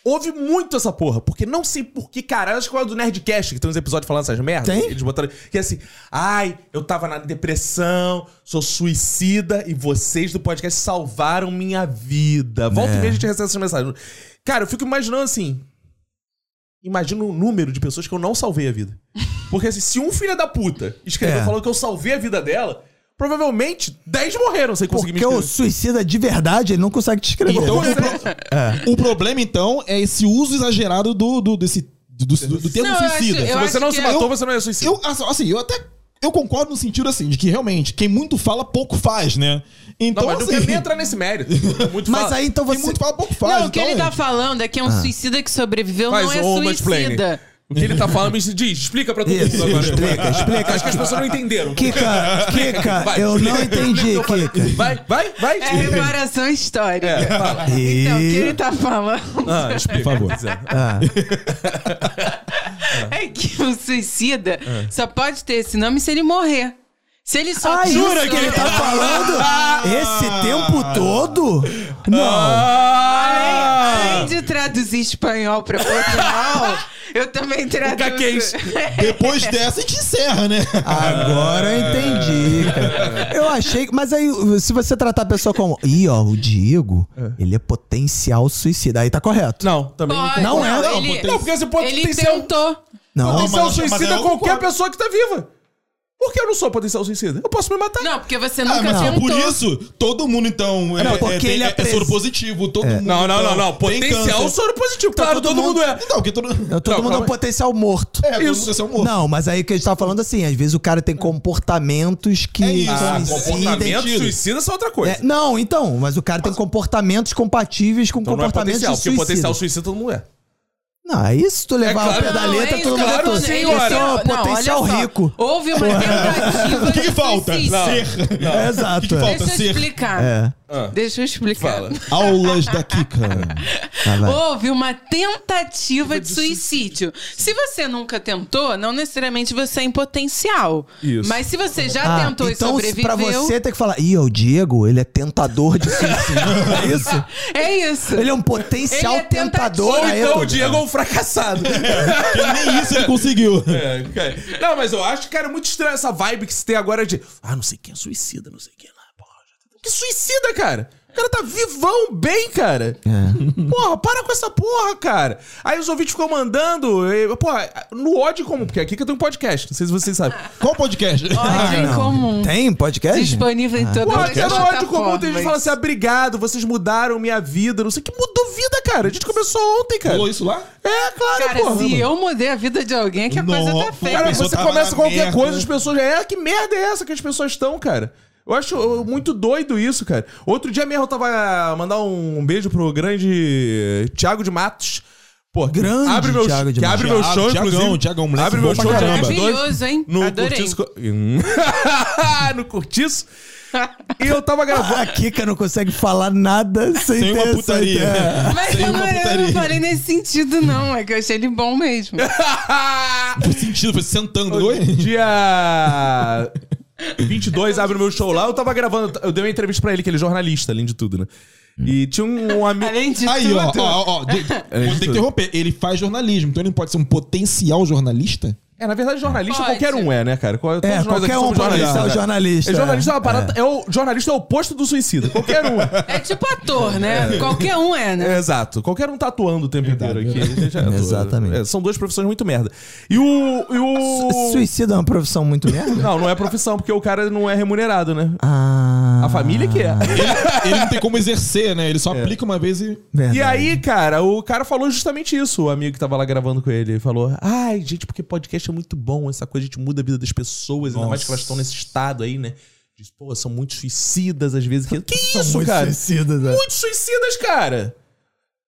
Speaker 1: Ouve muito essa porra, porque não sei por que, cara. Acho que é o do Nerdcast, que tem uns episódios falando essas merdas.
Speaker 2: Tem?
Speaker 1: Eles botaram. Que é assim, ai, eu tava na depressão, sou suicida e vocês do podcast salvaram minha vida.
Speaker 2: É.
Speaker 1: Volta e meia a gente recebe essas mensagens. Cara, eu fico imaginando assim. Imagina o número de pessoas que eu não salvei a vida. Porque assim, se um filho da puta escreveu
Speaker 2: É.
Speaker 1: falando que eu salvei a vida dela, provavelmente 10 morreram sem conseguir
Speaker 2: Porque
Speaker 1: me Então, tipo,
Speaker 2: o
Speaker 1: escrever.
Speaker 2: suicida de verdade, ele não consegue te escrever.
Speaker 4: Então, o, pro- o problema, então, é esse uso exagerado do, do- desse, do, do, do termo
Speaker 3: Não, eu acho-
Speaker 4: suicida.
Speaker 3: eu
Speaker 1: Se você
Speaker 3: acho
Speaker 1: não
Speaker 3: que
Speaker 1: se
Speaker 3: é-
Speaker 1: matou, você não é suicida.
Speaker 4: Eu, assim, assim, eu até. Eu concordo no sentido assim, de que realmente, quem muito fala, pouco faz, né? Então,
Speaker 1: Não, mas não
Speaker 4: assim,
Speaker 1: quero nem entrar nesse mérito. Muito
Speaker 2: Mas
Speaker 1: fala-
Speaker 2: aí então
Speaker 4: quem
Speaker 2: você.
Speaker 4: muito fala, pouco faz.
Speaker 3: não, o que
Speaker 4: então,
Speaker 3: ele tá
Speaker 4: gente,
Speaker 3: falando é que é um suicida que sobreviveu,
Speaker 1: Faz
Speaker 3: não é
Speaker 1: um mansplaining.
Speaker 3: suicida.
Speaker 1: O que ele tá falando me diz, explica pra todo
Speaker 2: Isso,
Speaker 1: mundo agora.
Speaker 2: explica, explica.
Speaker 1: Acho que as pessoas não entenderam.
Speaker 2: Kika, Kika,
Speaker 1: Vai.
Speaker 2: eu não entendi, Kika.
Speaker 1: Vai, vai, vai.
Speaker 3: É reparação histórica.
Speaker 1: É, fala.
Speaker 3: Então, o que
Speaker 2: E...
Speaker 3: ele tá falando
Speaker 1: Ah, explica,
Speaker 4: Por favor.
Speaker 1: pois é.
Speaker 2: Ah,
Speaker 3: é que o suicida só pode ter esse nome se ele morrer. Se ele só
Speaker 2: ah,
Speaker 3: jura
Speaker 2: isso que ele tá falando esse tempo todo? Não.
Speaker 1: Ah!
Speaker 3: Além de traduzir espanhol pra Portugal, eu também traduzo.
Speaker 1: caquês.
Speaker 4: Depois dessa, a gente encerra, né?
Speaker 2: Agora eu entendi, cara. Eu achei. que- Mas aí, se você tratar a pessoa como. Ih, ó, o Diego, ele é potencial suicida. Aí tá correto.
Speaker 1: Não, também não.
Speaker 3: Pode,
Speaker 1: concordo.
Speaker 2: Não é, não,
Speaker 3: ele,
Speaker 1: Não, porque você pode
Speaker 3: ele
Speaker 1: potencial-
Speaker 3: tentou.
Speaker 2: Não.
Speaker 4: Não,
Speaker 1: Potencial
Speaker 4: mas- mas eu
Speaker 1: suicida é qualquer
Speaker 4: concordo.
Speaker 1: pessoa que tá viva. Por que eu não sou potencial suicida? Eu posso me matar.
Speaker 3: Não, porque você
Speaker 4: Ah,
Speaker 3: nunca
Speaker 4: mas é
Speaker 3: tentou.
Speaker 4: por isso, todo mundo, então, é,
Speaker 2: Não, porque
Speaker 4: é, tem-
Speaker 2: ele
Speaker 4: é,
Speaker 2: apres-
Speaker 4: soro positivo. Todo mundo,
Speaker 1: Não,
Speaker 4: então,
Speaker 1: não, não, não.
Speaker 4: tem
Speaker 1: Potencial é
Speaker 4: câncer.
Speaker 1: soro positivo. Claro, todo, mundo, é.
Speaker 4: Não, porque Então, todo
Speaker 2: Não, todo
Speaker 1: Não,
Speaker 2: mundo é um
Speaker 1: calma aí.
Speaker 2: potencial morto.
Speaker 4: É, todo
Speaker 1: Isso.
Speaker 4: mundo é seu morto.
Speaker 2: Não, mas aí o que a gente tá falando assim, às vezes o cara tem comportamentos que
Speaker 4: É isso. Ah,
Speaker 2: coincidem.
Speaker 1: comportamento suicida são outra coisa.
Speaker 2: É, não, então, mas o cara tem comportamentos compatíveis com
Speaker 1: Então não é
Speaker 2: comportamentos
Speaker 1: potencial, porque
Speaker 2: suicida.
Speaker 1: potencial suicida todo mundo é.
Speaker 2: Não, aí se tu levar
Speaker 1: É claro.
Speaker 2: o pé da
Speaker 3: Não,
Speaker 2: letra,
Speaker 3: é
Speaker 2: todo
Speaker 3: isso
Speaker 2: mundo é
Speaker 3: que eu tô
Speaker 1: Claro,
Speaker 2: todo-
Speaker 3: dizendo.
Speaker 1: sim,
Speaker 2: Esse é
Speaker 1: olha.
Speaker 2: um
Speaker 3: Não,
Speaker 2: potencial
Speaker 3: olha só.
Speaker 2: rico.
Speaker 3: Houve uma tentativa.
Speaker 4: O que que
Speaker 3: de
Speaker 4: falta?
Speaker 3: suicídio.
Speaker 1: Não.
Speaker 4: Ser.
Speaker 2: É, exato.
Speaker 4: Que que falta?
Speaker 3: Deixa eu
Speaker 4: Ser.
Speaker 3: explicar.
Speaker 2: É.
Speaker 1: Ah,
Speaker 3: Deixa eu explicar.
Speaker 1: Fala.
Speaker 4: Aulas da Kika.
Speaker 2: Tá, vai.
Speaker 3: Houve uma tentativa de suicídio. Se você nunca tentou, não necessariamente você é impotencial.
Speaker 1: Isso.
Speaker 3: Mas se você já
Speaker 2: Ah,
Speaker 3: tentou e
Speaker 2: então se
Speaker 3: sobreviveu.
Speaker 2: pra você tem que falar, ih, o Diego, ele é tentador de suicídio. é isso?
Speaker 3: É isso.
Speaker 2: Ele é um potencial
Speaker 3: Ele é tentador.
Speaker 2: tentador.
Speaker 1: Ou
Speaker 2: aí é
Speaker 1: então
Speaker 2: tudo.
Speaker 1: o Diego é um fracassado.
Speaker 4: Porque nem isso ele conseguiu.
Speaker 1: É, cara. Não, mas eu acho, cara, é muito estranho essa vibe que se tem agora de. Ah, não sei quem é suicida, não sei quem é lá. Porra, já- que suicida, cara? O cara tá vivão bem, cara.
Speaker 2: É.
Speaker 1: Porra, para com essa porra, cara. Aí os ouvintes ficam mandando. e, porra, no ódio comum, porque aqui que eu tenho um podcast, não sei se vocês sabem.
Speaker 4: Qual podcast?
Speaker 1: Ah,
Speaker 3: Ódio
Speaker 1: é
Speaker 3: em
Speaker 2: não.
Speaker 3: é comum.
Speaker 2: Tem um podcast?
Speaker 3: Disponível em todas
Speaker 1: Pô,
Speaker 3: as
Speaker 1: até é no ódio comum tem gente que fala
Speaker 3: plataformas.
Speaker 1: assim, ah, obrigado, vocês mudaram minha vida, não sei o que mudou vida, cara. A gente começou ontem, cara.
Speaker 4: Falou isso lá?
Speaker 1: É, claro,
Speaker 3: Cara,
Speaker 1: porra.
Speaker 3: se eu mudei a vida de alguém, é que a coisa
Speaker 4: Não,
Speaker 3: tá
Speaker 4: pô.
Speaker 3: feia.
Speaker 4: A
Speaker 1: Cara,
Speaker 4: pessoa
Speaker 1: você
Speaker 4: tava
Speaker 1: começa
Speaker 4: na
Speaker 1: qualquer
Speaker 4: merda.
Speaker 1: coisa, as pessoas. É, que merda é essa que as pessoas estão, cara? Eu acho uh, muito doido isso, cara. Outro dia mesmo eu tava. Mandar um beijo pro grande Thiago de Matos. Pô, que
Speaker 2: Grande
Speaker 1: abre meu,
Speaker 2: Thiago de
Speaker 1: que
Speaker 2: Matos.
Speaker 1: abre meu
Speaker 4: Thiago,
Speaker 1: show,
Speaker 4: Thiagão,
Speaker 1: inclusive.
Speaker 4: Thiagão, moleque
Speaker 1: abre
Speaker 4: bom
Speaker 1: meu
Speaker 4: pra
Speaker 1: show de
Speaker 4: caramba.
Speaker 3: Maravilhoso, hein?
Speaker 1: No
Speaker 3: Adorei.
Speaker 1: Curtiço. Co- Hum. no Curtiço. E eu tava gravando.
Speaker 2: A Kika não consegue falar nada sem
Speaker 4: Tem uma
Speaker 2: ter essa
Speaker 4: putaria.
Speaker 2: ideia.
Speaker 3: Mas
Speaker 4: Tem
Speaker 3: eu não,
Speaker 4: uma
Speaker 3: eu não
Speaker 4: putaria.
Speaker 3: falei nesse sentido, não. É que eu achei ele bom mesmo.
Speaker 4: Por sentido, foi sentando. Oi?
Speaker 1: Dia 22 abre o meu show lá. Eu tava gravando, eu dei uma entrevista pra ele, que ele é jornalista, além de tudo, né?
Speaker 2: Hum.
Speaker 1: E tinha um amigo.
Speaker 3: Além de
Speaker 4: Aí,
Speaker 3: tudo.
Speaker 4: ó, ó, ó, ó. de-
Speaker 1: É
Speaker 4: Vou ter que interromper. Ele faz jornalismo, então ele não pode ser um potencial jornalista?
Speaker 1: É, na verdade, jornalista
Speaker 3: Pode.
Speaker 1: qualquer um é, né, cara? Qual- todos
Speaker 2: É,
Speaker 1: nós
Speaker 2: qualquer
Speaker 1: aqui
Speaker 2: um
Speaker 1: somos
Speaker 2: pode
Speaker 1: jornalistas,
Speaker 2: ser o
Speaker 1: né?
Speaker 2: jornalista.
Speaker 1: É, jornalista é uma parada. É. o, jornalista é o oposto do suicida. Qualquer um.
Speaker 3: É tipo ator, né? Qualquer um é, né?
Speaker 1: É, exato. Qualquer um tá atuando o tempo inteiro aqui. Já atua.
Speaker 2: Exatamente.
Speaker 1: É, são duas profissões muito merda. E o. E o...
Speaker 2: Suicida é uma profissão muito merda?
Speaker 1: Não, não é profissão, porque o cara não é remunerado, né?
Speaker 2: Ah.
Speaker 1: A família que é.
Speaker 4: Ele, ele não tem como exercer, né? Ele só aplica uma vez e.
Speaker 2: Verdade.
Speaker 1: E aí, cara, o cara falou justamente isso, o amigo que tava lá gravando com ele. Ele falou: Ai, gente, porque podcast é muito bom, essa coisa a gente muda a vida das pessoas, ainda mais que elas estão nesse estado aí, né? Diz, pô, são muito suicidas às vezes. Que, que
Speaker 2: São
Speaker 1: isso,
Speaker 2: muito
Speaker 1: cara?
Speaker 2: suicidas, é.
Speaker 1: Muitos suicidas, cara!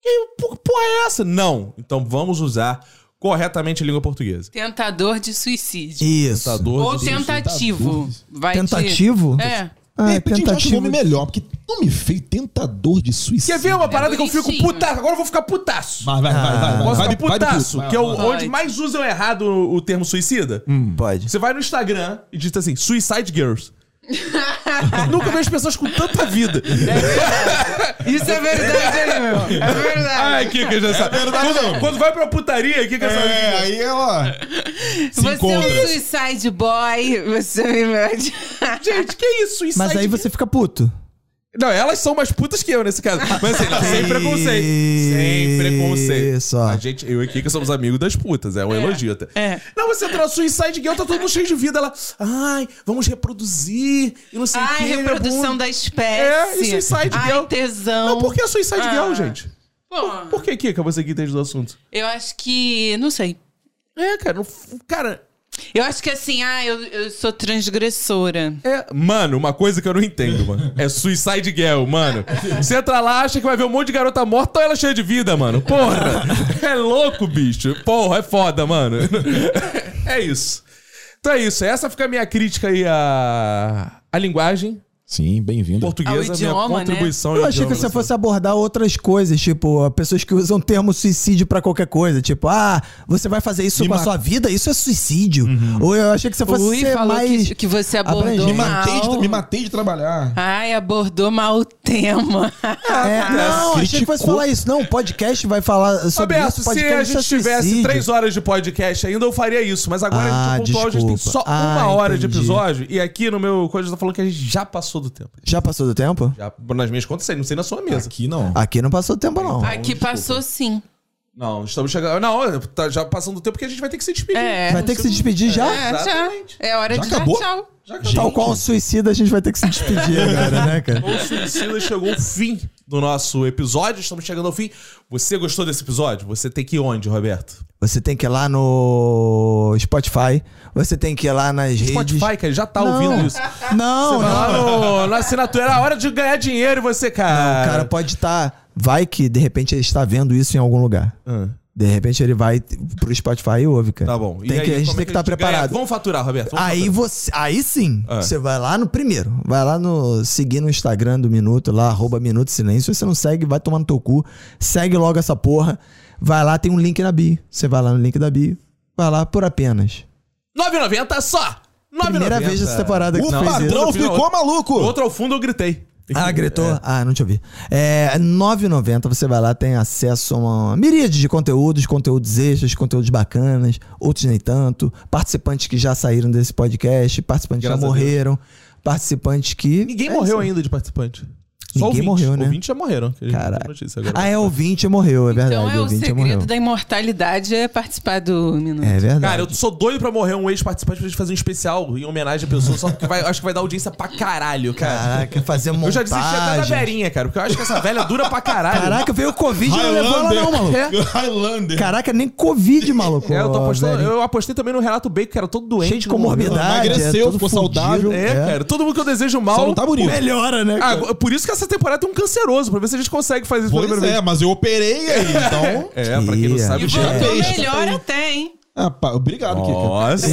Speaker 1: Que por- porra é essa? Não. Então vamos usar corretamente a língua portuguesa.
Speaker 3: Tentador de suicídio.
Speaker 2: Isso.
Speaker 1: Tentador
Speaker 3: Ou
Speaker 1: de-
Speaker 3: tentativo. Vai de-
Speaker 2: Tentativo?
Speaker 3: É.
Speaker 2: Ah, é
Speaker 4: de repente a gente acha um
Speaker 2: tentativo.
Speaker 4: nome melhor, porque nome feio, tentador de suicídio.
Speaker 1: Quer ver uma parada que eu fico
Speaker 3: bonitinho.
Speaker 1: putaço? Agora eu vou ficar putaço.
Speaker 4: Vai, vai, vai, vai. vai,
Speaker 1: Posso
Speaker 4: vai,
Speaker 1: ficar
Speaker 4: de- vai de
Speaker 1: putaço,
Speaker 4: puto.
Speaker 1: que é o-
Speaker 4: Vai,
Speaker 3: vai.
Speaker 1: onde mais usam errado o, o termo suicida?
Speaker 2: Pode.
Speaker 1: Você vai no Instagram e digita assim, Suicide Girls. Nunca vejo pessoas com tanta vida.
Speaker 3: Isso é verdade, hein, meu. É verdade.
Speaker 1: Ai, Kika, já sabe. Quando, quando vai pra putaria, Kika
Speaker 4: vai.
Speaker 1: sabe.
Speaker 4: É, aí ela. Se
Speaker 3: você é um
Speaker 4: encontra.
Speaker 3: suicide boy. Você é um me
Speaker 1: Gente, que isso? Suicide
Speaker 2: Mas aí
Speaker 1: Girls?
Speaker 2: você fica puto.
Speaker 1: Não, elas são mais putas que eu nesse caso. Mas assim, não, sem preconceito. Sem preconceito.
Speaker 2: Isso, ó.
Speaker 1: A gente, eu e Kika somos amigos das putas, é um elogio até.
Speaker 3: é.
Speaker 1: Não, você entra no Suicide Girl, tá todo mundo cheio de vida. Ela, ai, vamos reproduzir e não sei o
Speaker 3: Ai,
Speaker 1: que.
Speaker 3: reprodução da espécie.
Speaker 1: É, e suicide
Speaker 3: Ai,
Speaker 1: girl.
Speaker 3: tesão.
Speaker 1: Não, por que a Suicide
Speaker 3: Ah.
Speaker 1: Girl, gente?
Speaker 3: Pô,
Speaker 1: Por que, Kika, você que entende do assunto?
Speaker 3: eu acho que... Não sei.
Speaker 1: É, cara, não f- cara,
Speaker 3: Eu acho que assim, ah, eu, eu sou transgressora.
Speaker 1: é, mano, uma coisa que eu não entendo, mano. É Suicide Girl, mano. Você entra lá, acha que vai ver um monte de garota morta ou ela cheia de vida, mano. Porra! É louco, bicho. Porra, é foda, mano. É isso. Então é isso, essa fica a minha crítica aí à, à linguagem
Speaker 4: Sim, bem-vindo.
Speaker 1: portuguesa,
Speaker 3: Ao idioma,
Speaker 1: minha
Speaker 3: né?
Speaker 1: contribuição. ao
Speaker 2: Eu achei
Speaker 1: idioma
Speaker 2: que você
Speaker 1: brasileiro.
Speaker 2: fosse abordar outras coisas, tipo, pessoas que usam o termo suicídio pra qualquer coisa. Tipo, ah, você vai fazer isso
Speaker 4: Me
Speaker 2: com a
Speaker 4: mata.
Speaker 2: sua vida? Isso é suicídio.
Speaker 1: Uhum.
Speaker 2: Ou eu achei que você fosse
Speaker 3: Ui,
Speaker 2: ser
Speaker 3: falou
Speaker 2: mais...
Speaker 3: que, que você abordou
Speaker 2: abrangente.
Speaker 4: Me
Speaker 2: Me
Speaker 4: matei, de,
Speaker 3: mal.
Speaker 4: me matei de trabalhar.
Speaker 3: Ai, abordou mal o tema. Ah,
Speaker 2: É, não, achei que fosse
Speaker 4: Criticou.
Speaker 2: falar isso. Não, o podcast vai falar sobre
Speaker 1: Roberto,
Speaker 2: isso.
Speaker 1: se a
Speaker 2: podcast
Speaker 1: gente
Speaker 2: é
Speaker 1: tivesse
Speaker 2: suicídio.
Speaker 1: três horas de podcast ainda, eu faria isso. Mas agora a
Speaker 2: Ah,
Speaker 1: gente tá pontuou, a gente tem só
Speaker 2: desculpa. Ah,
Speaker 1: uma hora de
Speaker 2: entendi.
Speaker 1: episódio. E aqui no meu coisa tá falando que a gente já passou do tempo.
Speaker 2: Já passou do tempo?
Speaker 1: Já, nas minhas contas, sei, não sei na sua mesa.
Speaker 4: Aqui não.
Speaker 2: Aqui não passou do tempo, não.
Speaker 3: Aqui passou sim.
Speaker 1: Não, estamos chegando. Não, tá já passando do tempo que a gente vai ter que se despedir.
Speaker 3: É.
Speaker 2: Vai ter que se despedir já?
Speaker 3: É,
Speaker 1: Exatamente.
Speaker 3: já. É hora
Speaker 4: Já
Speaker 3: de dar
Speaker 4: acabou?
Speaker 3: tchau.
Speaker 1: Já que
Speaker 2: Tal qual um suicida, a gente vai ter que se despedir agora, né, cara?
Speaker 1: o suicida chegou o fim do nosso episódio. Estamos chegando ao fim. Você gostou desse episódio? Você tem que ir onde, Roberto?
Speaker 2: Você tem que ir lá no Spotify, você tem que ir lá nas redes.
Speaker 1: Spotify, cara, já tá ouvindo isso.
Speaker 2: Não,
Speaker 1: Vai
Speaker 2: não.
Speaker 1: lá no, na assinatura, é a hora de ganhar dinheiro e você, cara.
Speaker 2: O cara pode estar. Vai que de repente ele está vendo isso em algum lugar.
Speaker 1: Ah.
Speaker 2: De repente ele vai pro Spotify e ouve, cara.
Speaker 1: Tá bom. E
Speaker 2: Tem
Speaker 1: aí,
Speaker 2: que, a gente
Speaker 1: como
Speaker 2: tem
Speaker 1: é
Speaker 2: que estar
Speaker 1: a gente ganha?
Speaker 2: preparado.
Speaker 1: Vamos faturar, Roberto. Vamos
Speaker 2: Aí você, aí sim,
Speaker 1: É.
Speaker 2: você vai lá no primeiro, vai lá no seguir no Instagram do Minuto, lá arroba Minuto Silêncio. Se você não segue, vai tomar no teu cu, segue logo essa porra. Vai lá, tem um link na bio. Você vai lá no link da bio, vai lá por apenas.
Speaker 1: 9,90 só! 9,90.
Speaker 2: Primeira vez nessa temporada que
Speaker 4: O
Speaker 2: tu fez isso.
Speaker 4: padrão ficou maluco.
Speaker 1: Outro ao fundo eu gritei.
Speaker 2: Ah, gritou? Ah, não te ouvi. É, R$ 9,90 você vai lá, tem acesso a uma miríade de conteúdos, conteúdos extras, conteúdos bacanas, outros nem tanto, participantes que já saíram desse podcast, participantes que já
Speaker 1: Graças a
Speaker 2: morreram, participantes que...
Speaker 1: Ninguém
Speaker 2: É
Speaker 1: morreu
Speaker 2: isso.
Speaker 1: ainda de participante.
Speaker 2: Ninguém morreu, né?
Speaker 1: 20 já morreram. que a gente
Speaker 2: Caralho.
Speaker 1: tem notícia agora.
Speaker 2: Ah, é, ouvinte morreu, é verdade,
Speaker 3: Então é o
Speaker 2: ouvinte morreu.
Speaker 3: segredo da imortalidade é participar do Minuto.
Speaker 2: É verdade.
Speaker 1: Cara, eu sou doido pra morrer um ex-participante pra gente fazer um especial em homenagem à pessoa, só porque vai, acho que vai dar audiência pra caralho, cara.
Speaker 2: Caraca, fazer montagem.
Speaker 1: Eu já desisti até da velhinha, cara, porque eu acho que essa velha dura pra caralho.
Speaker 2: Caraca, veio o Covid e não levou ela não, maluco.
Speaker 3: É.
Speaker 4: Highlander. Highlander.
Speaker 2: Caraca, nem Covid, maluco.
Speaker 1: É, eu, tô
Speaker 2: ó,
Speaker 1: apostando-
Speaker 2: velho.
Speaker 1: eu apostei também no Renato Bacon, que era todo doente.
Speaker 2: Cheio de
Speaker 1: não morreu.
Speaker 2: comorbidade.
Speaker 4: Emagreceu,
Speaker 2: é, todo
Speaker 4: ficou
Speaker 2: fudido.
Speaker 4: saudável.
Speaker 1: É,
Speaker 2: né?
Speaker 1: cara, todo mundo que eu desejo
Speaker 4: Só
Speaker 1: mal.
Speaker 4: não tá bonito.
Speaker 2: Melhora, né? cara?
Speaker 1: Ah, por isso que essa temporada tem um canceroso, pra ver se a gente consegue fazer isso pela
Speaker 4: Pois
Speaker 1: primeira
Speaker 4: é, mas eu operei aí, então...
Speaker 1: vez. É, pra quem não
Speaker 2: Ih,
Speaker 1: sabe,
Speaker 3: E
Speaker 1: o
Speaker 4: Já
Speaker 1: Thiago-
Speaker 3: voltou
Speaker 4: fez, já
Speaker 3: melhor
Speaker 4: fez.
Speaker 3: até, hein?
Speaker 4: Ah, pá, obrigado, Kika.
Speaker 1: Nossa,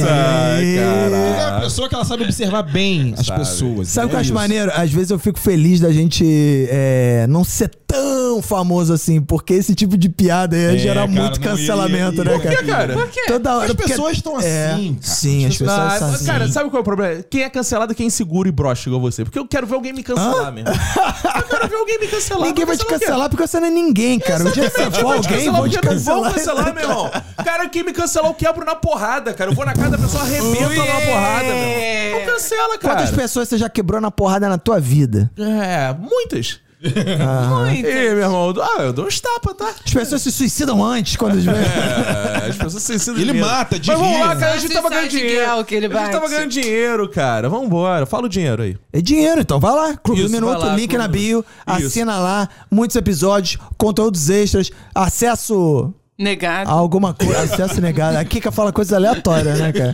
Speaker 4: É a
Speaker 1: caralho.
Speaker 4: pessoa que ela sabe observar bem as
Speaker 1: Sabe.
Speaker 4: pessoas.
Speaker 2: Sabe o que eu
Speaker 4: é
Speaker 2: acho
Speaker 4: isso.
Speaker 2: maneiro? Às vezes eu fico feliz da gente é, não ser tão famoso assim, porque esse tipo de piada ia
Speaker 4: É,
Speaker 2: gerar
Speaker 4: cara,
Speaker 2: muito
Speaker 4: não ia-
Speaker 2: cancelamento,
Speaker 4: ia-
Speaker 2: né,
Speaker 4: Por
Speaker 1: Por
Speaker 2: cara?
Speaker 1: que, cara?
Speaker 3: Por quê?
Speaker 2: Toda hora,
Speaker 4: As
Speaker 2: porque-
Speaker 4: pessoas estão
Speaker 2: É,
Speaker 4: assim, cara.
Speaker 2: Sim, as pessoas
Speaker 1: Ah,
Speaker 2: são assim.
Speaker 1: cara, sabe qual é o problema? Quem é cancelado é quem é inseguro e broxa igual você. Porque eu quero ver alguém me cancelar mesmo. Eu quero ver alguém me cancelar.
Speaker 2: ninguém vai
Speaker 1: Mas
Speaker 2: te
Speaker 1: eu não quero.
Speaker 2: cancelar porque você não é ninguém, cara. O dia que você for alguém,
Speaker 1: Cancelar
Speaker 2: vão te
Speaker 1: porque não vão
Speaker 2: cancelar.
Speaker 1: cancelar, meu irmão. Cara, quem me cancelar, eu quebro na porrada, cara. Eu vou na casa da pessoa, arrebento ela na porrada, meu irmão. Não cancela,
Speaker 2: Quantas
Speaker 1: cara.
Speaker 2: pessoas você já quebrou na porrada na tua vida?
Speaker 1: É, muitas.
Speaker 2: Ah.
Speaker 3: Muito.
Speaker 1: Ei, meu irmão, eu dou- ah, eu dou uns tapas, tá?
Speaker 2: As pessoas se suicidam antes quando eles vêm.
Speaker 1: É, as pessoas se suicidam de
Speaker 4: Ele
Speaker 1: medo.
Speaker 4: mata de
Speaker 1: Mas vamos
Speaker 4: rir.
Speaker 1: lá, cara, a gente
Speaker 3: Suicide
Speaker 1: tava ganhando
Speaker 3: Girl
Speaker 1: dinheiro.
Speaker 3: que ele
Speaker 1: a gente tava
Speaker 3: bate.
Speaker 1: ganhando dinheiro, cara. Vambora, fala o dinheiro aí.
Speaker 2: É dinheiro, então vai lá, Clube
Speaker 1: Isso,
Speaker 2: do Minuto,
Speaker 1: vai lá,
Speaker 2: link
Speaker 1: Clube
Speaker 2: na
Speaker 1: do
Speaker 2: bio,
Speaker 1: Minuto.
Speaker 2: assina lá, muitos episódios, conteúdos extras, acesso
Speaker 3: Negado.
Speaker 2: a alguma coisa, acesso negado. A Kika fala coisas aleatórias, né, cara?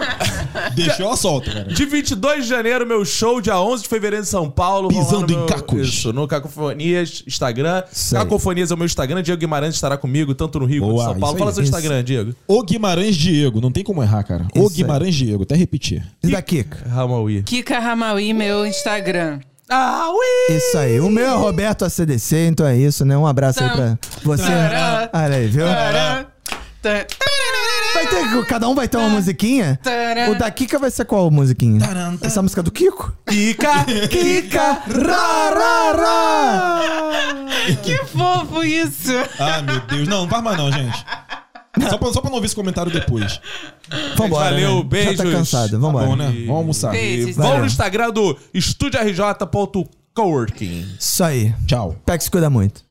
Speaker 4: Deixou ela solta, cara.
Speaker 1: De 22 de janeiro, meu show, dia 11 de fevereiro em São Paulo. Vão lá
Speaker 4: Pisando
Speaker 1: no
Speaker 4: em
Speaker 1: meu-
Speaker 4: cacos.
Speaker 1: Isso, no Cacofonias, Instagram.
Speaker 2: Isso aí.
Speaker 1: Cacofonias é o meu Instagram. Diego Guimarães estará comigo, tanto no Rio
Speaker 4: Boa,
Speaker 1: quanto em São
Speaker 4: isso
Speaker 1: Paulo.
Speaker 4: aí.
Speaker 1: Fala seu
Speaker 2: Isso.
Speaker 1: Instagram, Diego.
Speaker 4: O Guimarães Diego, não tem como errar, cara. O
Speaker 2: Isso aí.
Speaker 4: Guimarães Diego, até repetir.
Speaker 2: E da Kika?
Speaker 4: É
Speaker 1: Ramaui.
Speaker 3: Kika Ramaui, meu Instagram.
Speaker 1: Ah,
Speaker 2: Isso aí. O meu é Roberto ACDC, então é isso, né? Um abraço aí pra você. né?
Speaker 3: Tará.
Speaker 2: Olha aí, viu?
Speaker 3: Tará, tá-
Speaker 2: Vai ter, cada um vai ter uma musiquinha.
Speaker 3: Tará.
Speaker 2: O da Kika vai ser qual musiquinha? Essa é música do Kiko?
Speaker 1: Kika, Kika,
Speaker 2: Ra, ra, ra.
Speaker 3: Que fofo isso!
Speaker 4: Ah, meu Deus. Não, não faz mais não, gente. Só pra, só pra não ouvir esse comentário depois.
Speaker 2: Vambora.
Speaker 1: Valeu,
Speaker 2: né? Já
Speaker 1: beijos.
Speaker 2: tá cansado, vambora.
Speaker 4: Bom, né? Vamos almoçar.
Speaker 3: Beijos.
Speaker 1: Vão
Speaker 2: Valeu.
Speaker 1: no Instagram do estudioRJ.coworking.
Speaker 2: Isso aí.
Speaker 4: Tchau.
Speaker 2: Pega e se cuida muito.